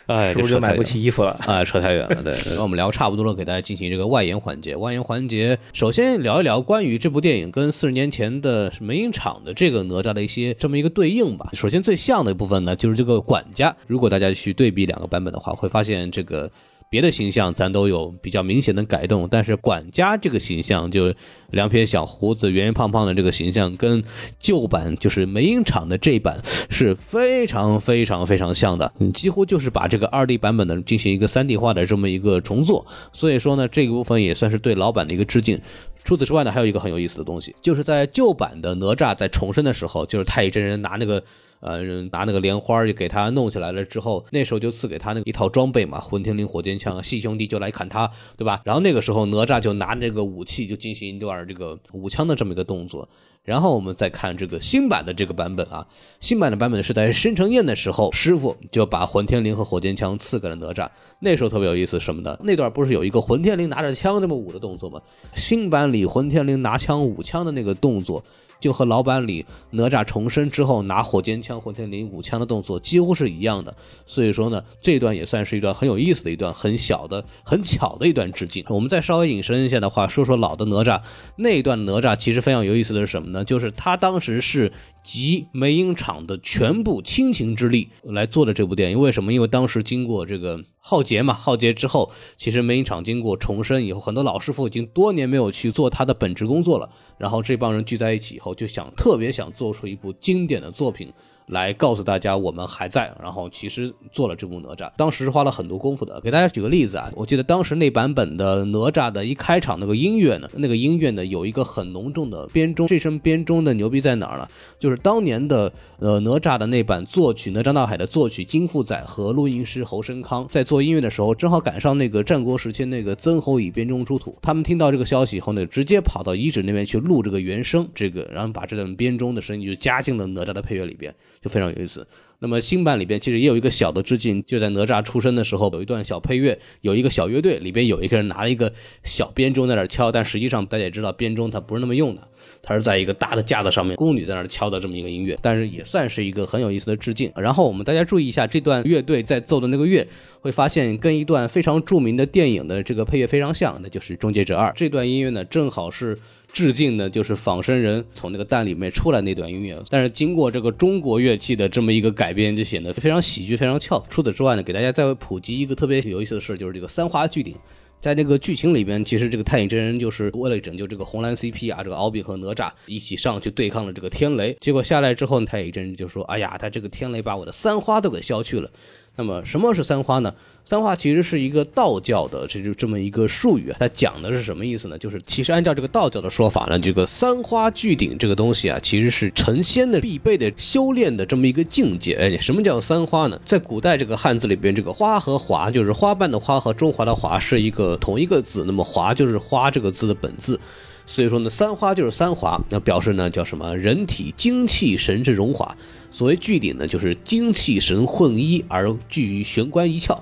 S2: 哎，
S3: 是不
S2: 这扯
S3: 是就
S2: 太
S3: 买不
S2: 远
S3: 起衣服了？
S2: 啊，扯太远了。对，那我们聊差不多了，给大家进行这个外延环节。外延环节，首先聊一聊关于这部电影跟四十年前的梅影厂的这个哪吒的一些这么一个对应吧。首先最像的部分呢，就是这个管家。如果大家去对比两个版本的话，会发现这个。别的形象咱都有比较明显的改动，但是管家这个形象，就是两撇小胡子、圆圆胖胖的这个形象，跟旧版就是梅影厂的这一版是非常非常非常像的，嗯，几乎就是把这个二 D 版本的进行一个三 D 化的这么一个重做，所以说呢，这个部分也算是对老版的一个致敬。除此之外呢，还有一个很有意思的东西，就是在旧版的哪吒在重生的时候，就是太乙真人拿那个。呃，拿那个莲花就给他弄起来了之后，那时候就赐给他那个一套装备嘛，混天绫火箭枪，细兄弟就来砍他，对吧？然后那个时候哪吒就拿这个武器就进行一段这个舞枪的这么一个动作。然后我们再看这个新版的这个版本啊，新版的版本是在申城宴的时候，师傅就把混天绫和火箭枪赐给了哪吒。那时候特别有意思是什么呢？那段不是有一个混天绫拿着枪这么舞的动作吗？新版里混天绫拿枪舞枪的那个动作，就和老版里哪吒重生之后拿火尖枪、混天绫舞枪的动作几乎是一样的。所以说呢，这段也算是一段很有意思的一段很小的、很巧的一段致敬。我们再稍微引申一下的话，说说老的哪吒那一段哪吒，其实非常有意思的是什么呢？就是他当时是集梅影厂的全部亲情之力来做的这部电影。为什么？因为当时经过这个浩劫嘛，浩劫之后，其实梅影厂经过重生以后，很多老师傅已经多年没有去做他的本职工作了。然后这帮人聚在一起以后，就想特别想做出一部经典的作品。来告诉大家我们还在，然后其实做了这部哪吒，当时是花了很多功夫的。给大家举个例子啊，我记得当时那版本的哪吒的一开场那个音乐呢，那个音乐呢有一个很浓重的编钟，这声编钟的牛逼在哪儿呢？就是当年的呃哪吒的那版作曲，哪吒闹海的作曲金复载和录音师侯申康在做音乐的时候，正好赶上那个战国时期那个曾侯乙编钟出土，他们听到这个消息以后呢，直接跑到遗址那边去录这个原声，这个然后把这段编钟的声音就加进了哪吒的配乐里边。就非常有意思。那么新版里边其实也有一个小的致敬，就在哪吒出生的时候有一段小配乐，有一个小乐队，里边有一个人拿了一个小编钟在那儿敲，但实际上大家也知道编钟它不是那么用的，它是在一个大的架子上面，宫女在那儿敲的这么一个音乐，但是也算是一个很有意思的致敬。然后我们大家注意一下这段乐队在奏的那个乐，会发现跟一段非常著名的电影的这个配乐非常像，那就是《终结者二》这段音乐呢，正好是。致敬呢，就是仿生人从那个蛋里面出来那段音乐，但是经过这个中国乐器的这么一个改编，就显得非常喜剧、非常俏。除此之外呢，给大家再普及一个特别有意思的事，就是这个三花聚顶。在这个剧情里边，其实这个太乙真人就是为了拯救这个红蓝 CP 啊，这个敖丙和哪吒一起上去对抗了这个天雷。结果下来之后，太乙真人就说：“哎呀，他这个天雷把我的三花都给削去了。”那么什么是三花呢？三花其实是一个道教的这就这么一个术语啊，它讲的是什么意思呢？就是其实按照这个道教的说法呢，这个三花聚顶这个东西啊，其实是成仙的必备的修炼的这么一个境界。哎，什么叫三花呢？在古代这个汉字里边，这个花和华就是花瓣的花和中华的华是一个同一个字，那么华就是花这个字的本字。所以说呢，三花就是三华，那表示呢叫什么？人体精气神之荣华。所谓聚顶呢，就是精气神混一而聚于玄关一窍，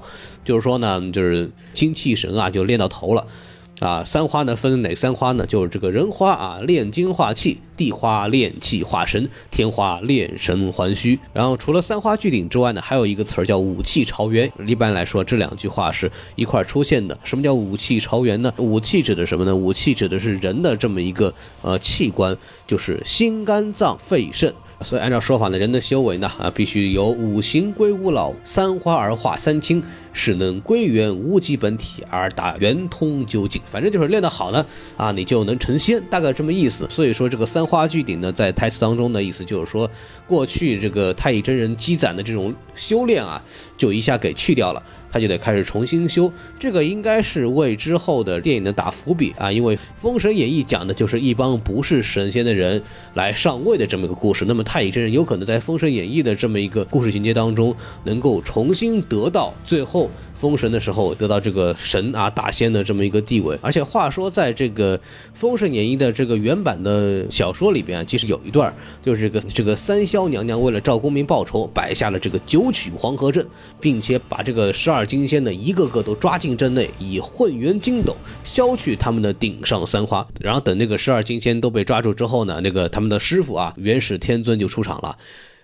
S2: 就是说呢，就是精气神啊就练到头了。啊，三花呢分哪三花呢？就是这个人花啊，炼精化气；地花炼气化神；天花炼神还虚。然后除了三花聚顶之外呢，还有一个词儿叫五气朝元。一般来说，这两句话是一块儿出现的。什么叫五气朝元呢？五气指的什么呢？五气指的是人的这么一个呃器官，就是心、肝脏、肺、肾。所以按照说法呢，人的修为呢啊，必须由五行归五老，三花而化三清，使能归元无极本体而达圆通究竟。反正就是练得好呢啊，你就能成仙，大概这么意思。所以说这个三花聚顶呢，在台词当中的意思就是说，过去这个太乙真人积攒的这种修炼啊，就一下给去掉了。他就得开始重新修，这个应该是为之后的电影的打伏笔啊，因为《封神演义》讲的就是一帮不是神仙的人来上位的这么一个故事。那么太乙真人有可能在《封神演义》的这么一个故事情节当中，能够重新得到最后封神的时候得到这个神啊大仙的这么一个地位。而且话说，在这个《封神演义》的这个原版的小说里边、啊，其实有一段就是这个这个三霄娘娘为了赵公明报仇，摆下了这个九曲黄河阵，并且把这个十二。二金仙呢，一个个都抓进阵内，以混元金斗削去他们的顶上三花。然后等那个十二金仙都被抓住之后呢，那个他们的师傅啊，元始天尊就出场了。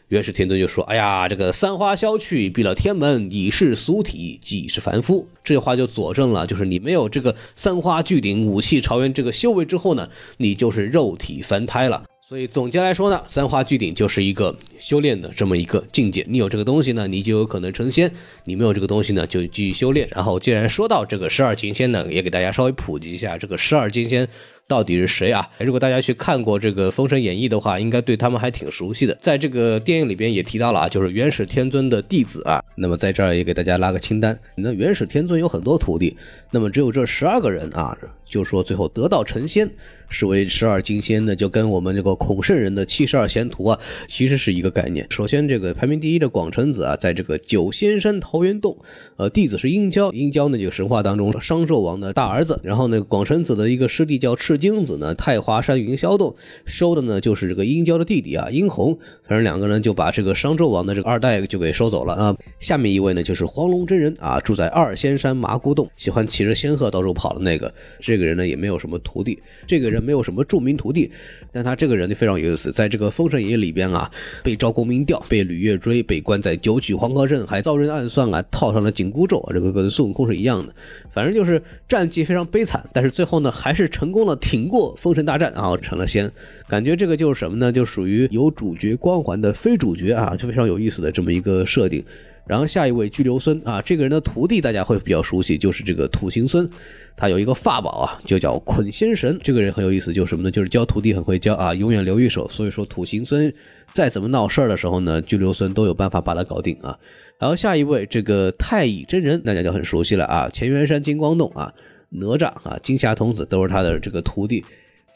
S2: 元始天尊就说：“哎呀，这个三花消去，闭了天门，已是俗体，即是凡夫。”这句话就佐证了，就是你没有这个三花聚顶、五气朝元这个修为之后呢，你就是肉体凡胎了。所以总结来说呢，三花聚顶就是一个修炼的这么一个境界。你有这个东西呢，你就有可能成仙；你没有这个东西呢，就继续修炼。然后，既然说到这个十二金仙呢，也给大家稍微普及一下这个十二金仙到底是谁啊？如果大家去看过这个《封神演义》的话，应该对他们还挺熟悉的。在这个电影里边也提到了啊，就是元始天尊的弟子啊。那么在这儿也给大家拉个清单。那元始天尊有很多徒弟，那么只有这十二个人啊，就说最后得道成仙，是为十二金仙呢，就跟我们这个。孔圣人的七十二贤徒啊，其实是一个概念。首先，这个排名第一的广成子啊，在这个九仙山桃源洞，呃，弟子是殷郊，殷郊呢就神话当中商纣王的大儿子。然后呢，广成子的一个师弟叫赤精子呢，太华山云霄洞收的呢就是这个殷郊的弟弟啊，殷红。反正两个人就把这个商纣王的这个二代就给收走了啊。下面一位呢就是黄龙真人啊，住在二仙山麻姑洞，喜欢骑着仙鹤到处跑的那个。这个人呢也没有什么徒弟，这个人没有什么著名徒弟，但他这个人。非常有意思，在这个《封神演义》里边啊，被赵公明调，被吕越追，被关在九曲黄河镇，还遭人暗算啊，套上了紧箍咒，这个跟孙悟空是一样的。反正就是战绩非常悲惨，但是最后呢，还是成功的挺过封神大战啊，成了仙。感觉这个就是什么呢？就属于有主角光环的非主角啊，就非常有意思的这么一个设定。然后下一位居留孙啊，这个人的徒弟大家会比较熟悉，就是这个土行孙，他有一个法宝啊，就叫捆仙绳。这个人很有意思，就是什么呢？就是教徒弟很会教啊，永远留一手。所以说土行孙再怎么闹事儿的时候呢，居留孙都有办法把他搞定啊。然后下一位这个太乙真人，大家就很熟悉了啊，乾元山金光洞啊，哪吒啊，金霞童子都是他的这个徒弟。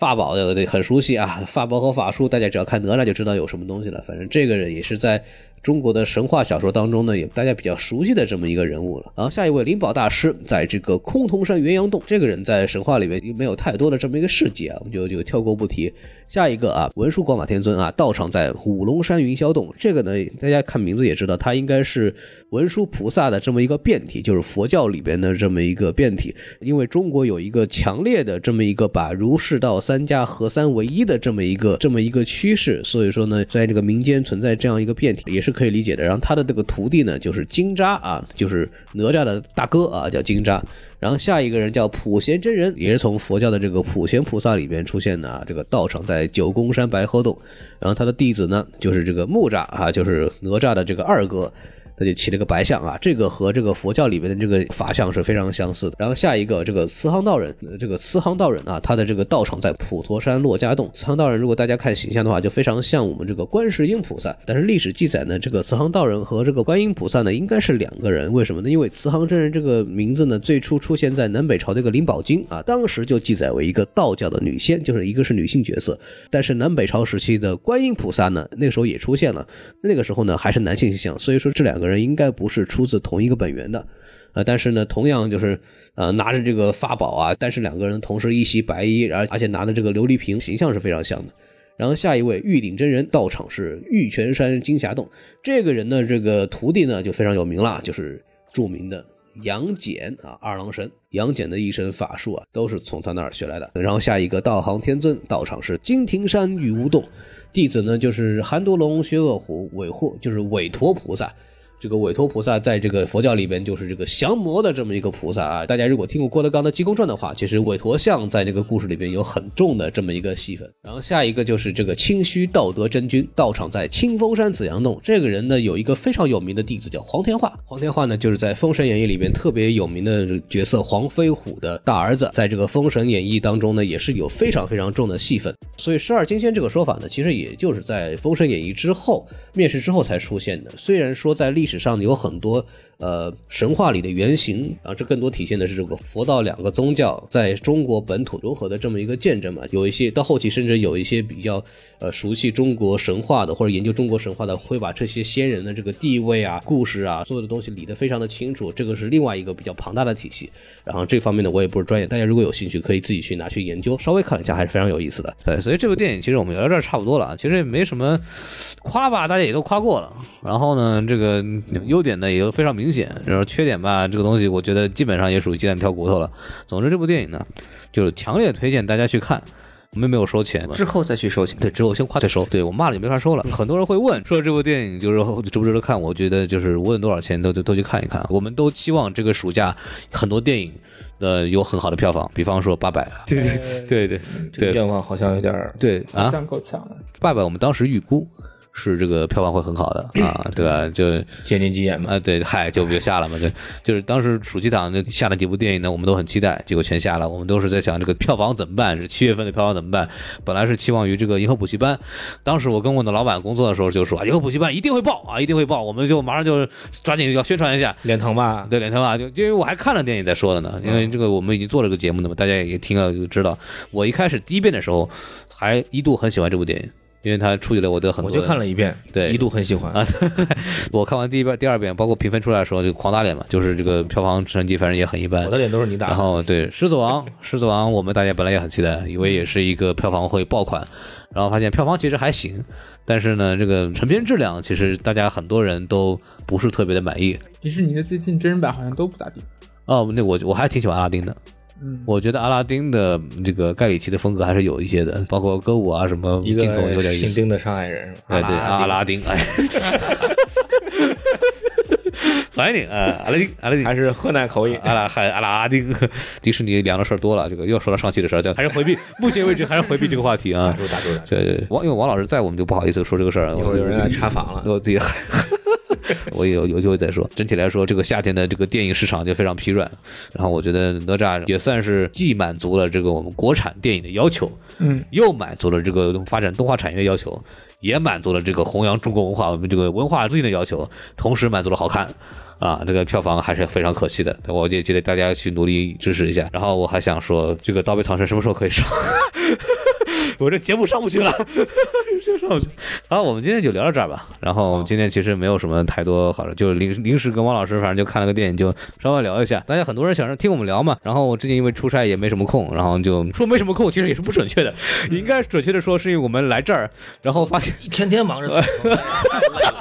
S2: 法宝的对很熟悉啊，法宝和法术，大家只要看哪吒就知道有什么东西了。反正这个人也是在中国的神话小说当中呢，也大家比较熟悉的这么一个人物了。然啊后下一位灵宝大师，在这个崆峒山元阳洞，这个人在神话里面没有太多的这么一个事迹啊，我们就就跳过不提。下一个啊，文殊广法天尊啊，道场在五龙山云霄洞，这个呢，大家看名字也知道，他应该是文殊菩萨的这么一个变体，就是佛教里边的这么一个变体。因为中国有一个强烈的这么一个把儒释道三家合三为一的这么一个这么一个趋势，所以说呢，在这个民间存在这样一个变体也是可以理解的。然后他的这个徒弟呢，就是金吒啊，就是哪吒的大哥啊，叫金吒。然后下一个人叫普贤真人，也是从佛教的这个普贤菩萨里边出现的啊。这个道场在九宫山白鹤洞，然后他的弟子呢就是这个木吒啊，就是哪吒的这个二哥。他就骑了个白象啊，这个和这个佛教里面的这个法相是非常相似的。然后下一个这个慈航道人，呃这个慈航道人啊，他的这个道场在普陀山珞珈洞。慈航道人如果大家看形象的话，就非常像我们这个观世音菩萨。但是历史记载呢，这个慈航道人和这个观音菩萨呢，应该是两个人。为什么呢？因为慈航真人这个名字呢，最初出现在南北朝的一个灵宝经啊，当时就记载为一个道教的女仙，就是一个是女性角色。但是南北朝时期的观音菩萨呢，那个时候也出现了，那个时候呢还是男性形象，所以说这两个人应该不是出自同一个本源的。呃，但是呢，同样就是呃拿着这个法宝啊，但是两个人同时一袭白衣，而而且拿的这个琉璃瓶，形象是非常像的。然后下一位玉鼎真人道场是玉泉山金霞洞，这个人呢，这个徒弟呢就非常有名了，就是著名的杨戬啊，二郎神。杨戬的一身法术啊，都是从他那儿学来的。然后下一个道行天尊，道场是金庭山雨无洞，弟子呢就是韩独龙、薛恶虎、韦护，就是韦陀菩萨。这个韦陀菩萨在这个佛教里边就是这个降魔的这么一个菩萨啊。大家如果听过郭德纲的《济公传》的话，其实韦陀像在这个故事里边有很重的这么一个戏份。然后下一个就是这个清虚道德真君，道场在清风山紫阳洞。这个人呢有一个非常有名的弟子叫黄天化，黄天化呢就是在《封神演义》里边特别有名的角色黄飞虎的大儿子，在这个《封神演义》当中呢也是有非常非常重的戏份。所以十二金仙这个说法呢，其实也就是在《封神演义》之后面世之后才出现的。虽然说在历史上有很多呃神话里的原型啊，这更多体现的是这个佛道两个宗教在中国本土融合的这么一个见证嘛。有一些到后期甚至有一些比较呃熟悉中国神话的或者研究中国神话的，会把这些先人的这个地位啊、故事啊，所有的东西理得非常的清楚。这个是另外一个比较庞大的体系。然后这方面呢，我也不是专业，大家如果有兴趣，可以自己去拿去研究，稍微看了一下，还是非常有意思的。
S4: 对，所以这部电影其实我们聊到这儿差不多了啊，其实也没什么夸吧，大家也都夸过了。然后呢，这个优点呢也都非常明显，然后缺点吧，这个东西我觉得基本上也属于鸡蛋挑骨头了。总之，这部电影呢，就是强烈推荐大家去看。我们没有收钱，
S3: 之后再去收钱。
S4: 对，只有先夸再收。对我骂了就没法收了。很多人会问，说这部电影就是值不值得看？我觉得就是无论多少钱都都都去看一看。我们都期望这个暑假很多电影呃有很好的票房，比方说《八佰》啊，对对对对
S3: 这个愿望好像有点儿
S4: 对
S1: 哎好
S4: 啊，《
S1: 像够呛了。
S4: 八佰》我们当时预估是这个票房会很好的啊，对吧？就
S3: 见您吉言嘛。
S4: 啊，对，嗨，就就下了嘛，就就是当时暑期档就下了几部电影呢，我们都很期待，结果全下了。我们都是在想这个票房怎么办？是七月份的票房怎么办？本来是期望于这个《银河补习班》，当时我跟我的老板工作的时候就说，啊《银河补习班》一定会爆啊，一定会爆，我们就马上就抓紧要宣传一下。
S3: 脸疼吧？
S4: 啊对，脸疼吧？就因为我还看了电影再说了呢，因
S3: 嗯
S4: 为这个我们已经做了个节目的嘛，大家也听了就知道。我一开始第一遍的时候还一度很喜欢这部电影，因为它触及了我的很
S3: 我
S4: 多。
S3: 就看了一遍，
S4: 对
S3: 一度很喜欢。
S4: 啊，我看完第一遍、第二遍，包括评分出来的时候就狂打脸嘛，就是这个票房成绩反正也很一般
S3: 我。的脸都是你打的。
S4: 然后对《狮子王》，《狮子王》我们大家本来也很期待，以为也是一个票房会爆款，然后发现票房其实还行，但是呢，这个成片质量其实大家很多人都不是特别的满意。
S1: 迪士尼的最近真人版好像都不咋地。
S4: 哦，那我我还挺喜欢阿拉丁的，
S1: 嗯，
S4: 我觉得阿拉丁的这个盖里奇的风格还是有一些的，包括歌舞啊什么
S3: 一
S4: 镜头有
S3: 个
S4: 点意
S3: 姓啊丁
S4: 思。哎啊
S3: 的上海人，
S4: 哎，对，阿
S3: 拉
S4: 拉丁，哎，反正啊，阿拉丁，阿拉丁
S3: 还是河南口音。
S4: 阿拉还阿拉阿丁，迪士尼聊的事儿多了，这个又要说到上期的事儿，就还是回避，目前为止还是回避这个话题啊
S3: 打。住打住打住！
S4: 这王因为王老师在，我们就不好意思说这个事儿啊。
S3: 一会儿有人来查房了。
S4: 我自己 还。我有有机会再说。整体来说，这个夏天的这个电影市场就非常疲软。然后我觉得哪吒也算是既满足了这个我们国产电影的要求，
S1: 嗯，
S4: 又满足了这个发展动画产业的要求，也满足了这个弘扬中国文化我们这个文化自信的要求，同时满足了好看。啊，这个票房还是非常可惜的，我也觉得大家去努力支持一下。然后我还想说，这个《刀背唐僧》什么时候可以上？ 我这节目上不去了，就上不去。好，我们今天就聊到这儿吧。然后我们今天其实没有什么太多好的，就临临时跟汪老师反正就看了个电影，就稍微聊一下。大家很多人想让听我们聊嘛，然后我最近因为出差也没什么空，然后就说没什么空，其实也是不准确的， 应该准确的说是因为我们来这儿，然 后发现。
S3: 一天天忙着
S4: 哎
S3: 采访，太累了。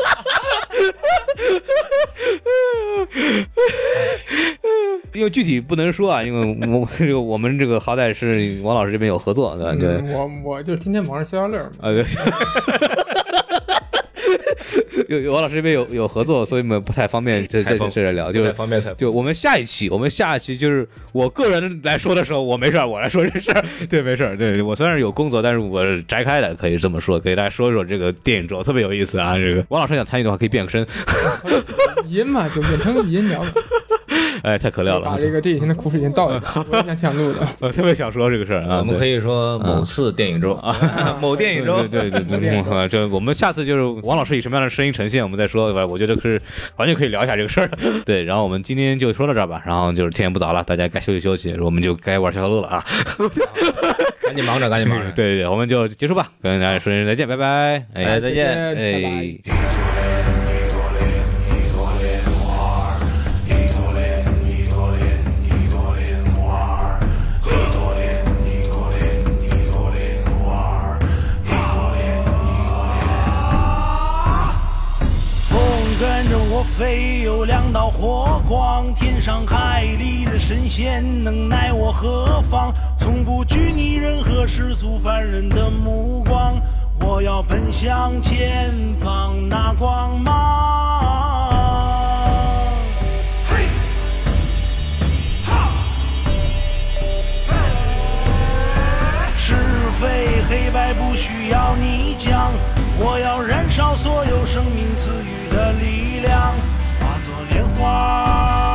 S4: 因为具体不能说啊，因为我这个我们这个好歹是王老师这边有合作，对吧？对，
S1: 嗯我我就是天天忙着消消乐嘛。
S4: 啊，对。 有有王老师这边有有合作，所以我们不太方便这这
S3: 采访
S4: 这聊，就
S3: 不太
S4: 是啊
S3: 方便采访。
S4: 就我们下一期，我们下一期就是我个人来说的时候，我没事儿，我来说 这事儿，对，没事儿，对我虽然是有工作，但是我是摘开的，可以这么说，给大家说一说这个电影之后特别有意思啊。这个王老师想参与的话，可以变个身，
S1: 语音嘛，就变成语音聊吧，
S4: 哎，太可料了
S1: 把，这个这几天的苦水已经倒了，我也想想录的。
S4: 我特别想说这个事儿啊。
S3: 我们
S4: 对
S3: 可以说某次电影周啊， 某电影周。
S4: 对对对对对，嗯 这我们下次就是王老师以什么样的声音呈现，我们再说吧。我觉得是完全可以聊一下这个事儿。 对，然后我们今天就说到这儿吧。然后就是天也不早了，大家该休息休息，我们就该玩消消乐了啊。
S3: 赶紧忙着，赶紧忙着。
S4: 对对对，我们就结束吧，跟大家说声再见，拜拜。
S3: 哎，
S4: 哎
S3: 再见。
S1: 拜拜。
S4: 哎。
S5: 风跟着我飞，有两道火光，天上海里的神仙能奈我何妨？从不拘泥任何世俗凡人的目光，我要奔向前方那光芒。嘿，哈，是非黑白不需要你讲，我要燃烧所有生命赐予的力量，化作莲花。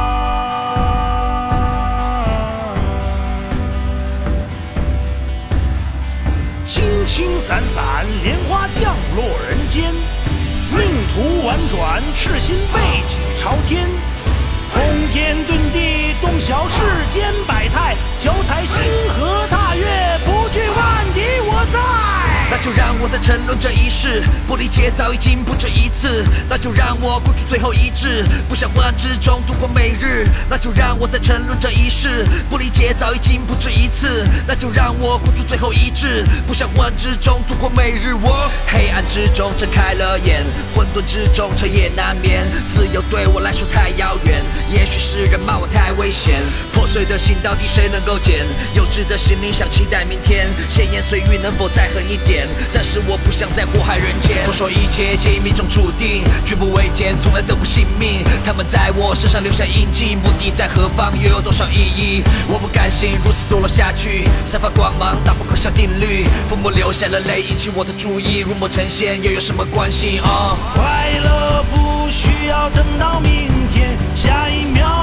S5: 轻轻散散，莲花降落人间，命途婉转，赤心背脊朝天，轰天遁地，洞晓世间百态，脚踩星河踏月，不惧万敌我在。
S6: 那就让我再沉沦这一世，不理解早已经不止一次。那就让我孤注最后一掷，不想昏暗之中度过每日。那就让我再沉沦这一世，不理解早已经不止一次。那就让我孤注最后一掷，不想昏暗之中度过每日。我黑暗之中睁开了眼，混沌之中彻夜难眠。自由对我来说太遥远，也许是人骂我太危险。破碎的心到底谁能够捡？幼稚的心灵想期待明天，闲言碎语能否再狠一点？但是我不想再祸害人间。我说一切皆命中注定，举步维艰，从来都不信命。他们在我身上留下印记，目的在何方，又有多少意义？我不甘心如此堕落下去，散发光芒，打破可笑定律。父母留下了泪，引起我的注意，如墨成仙又有什么关系啊
S5: 快乐不需要等到明天，下一秒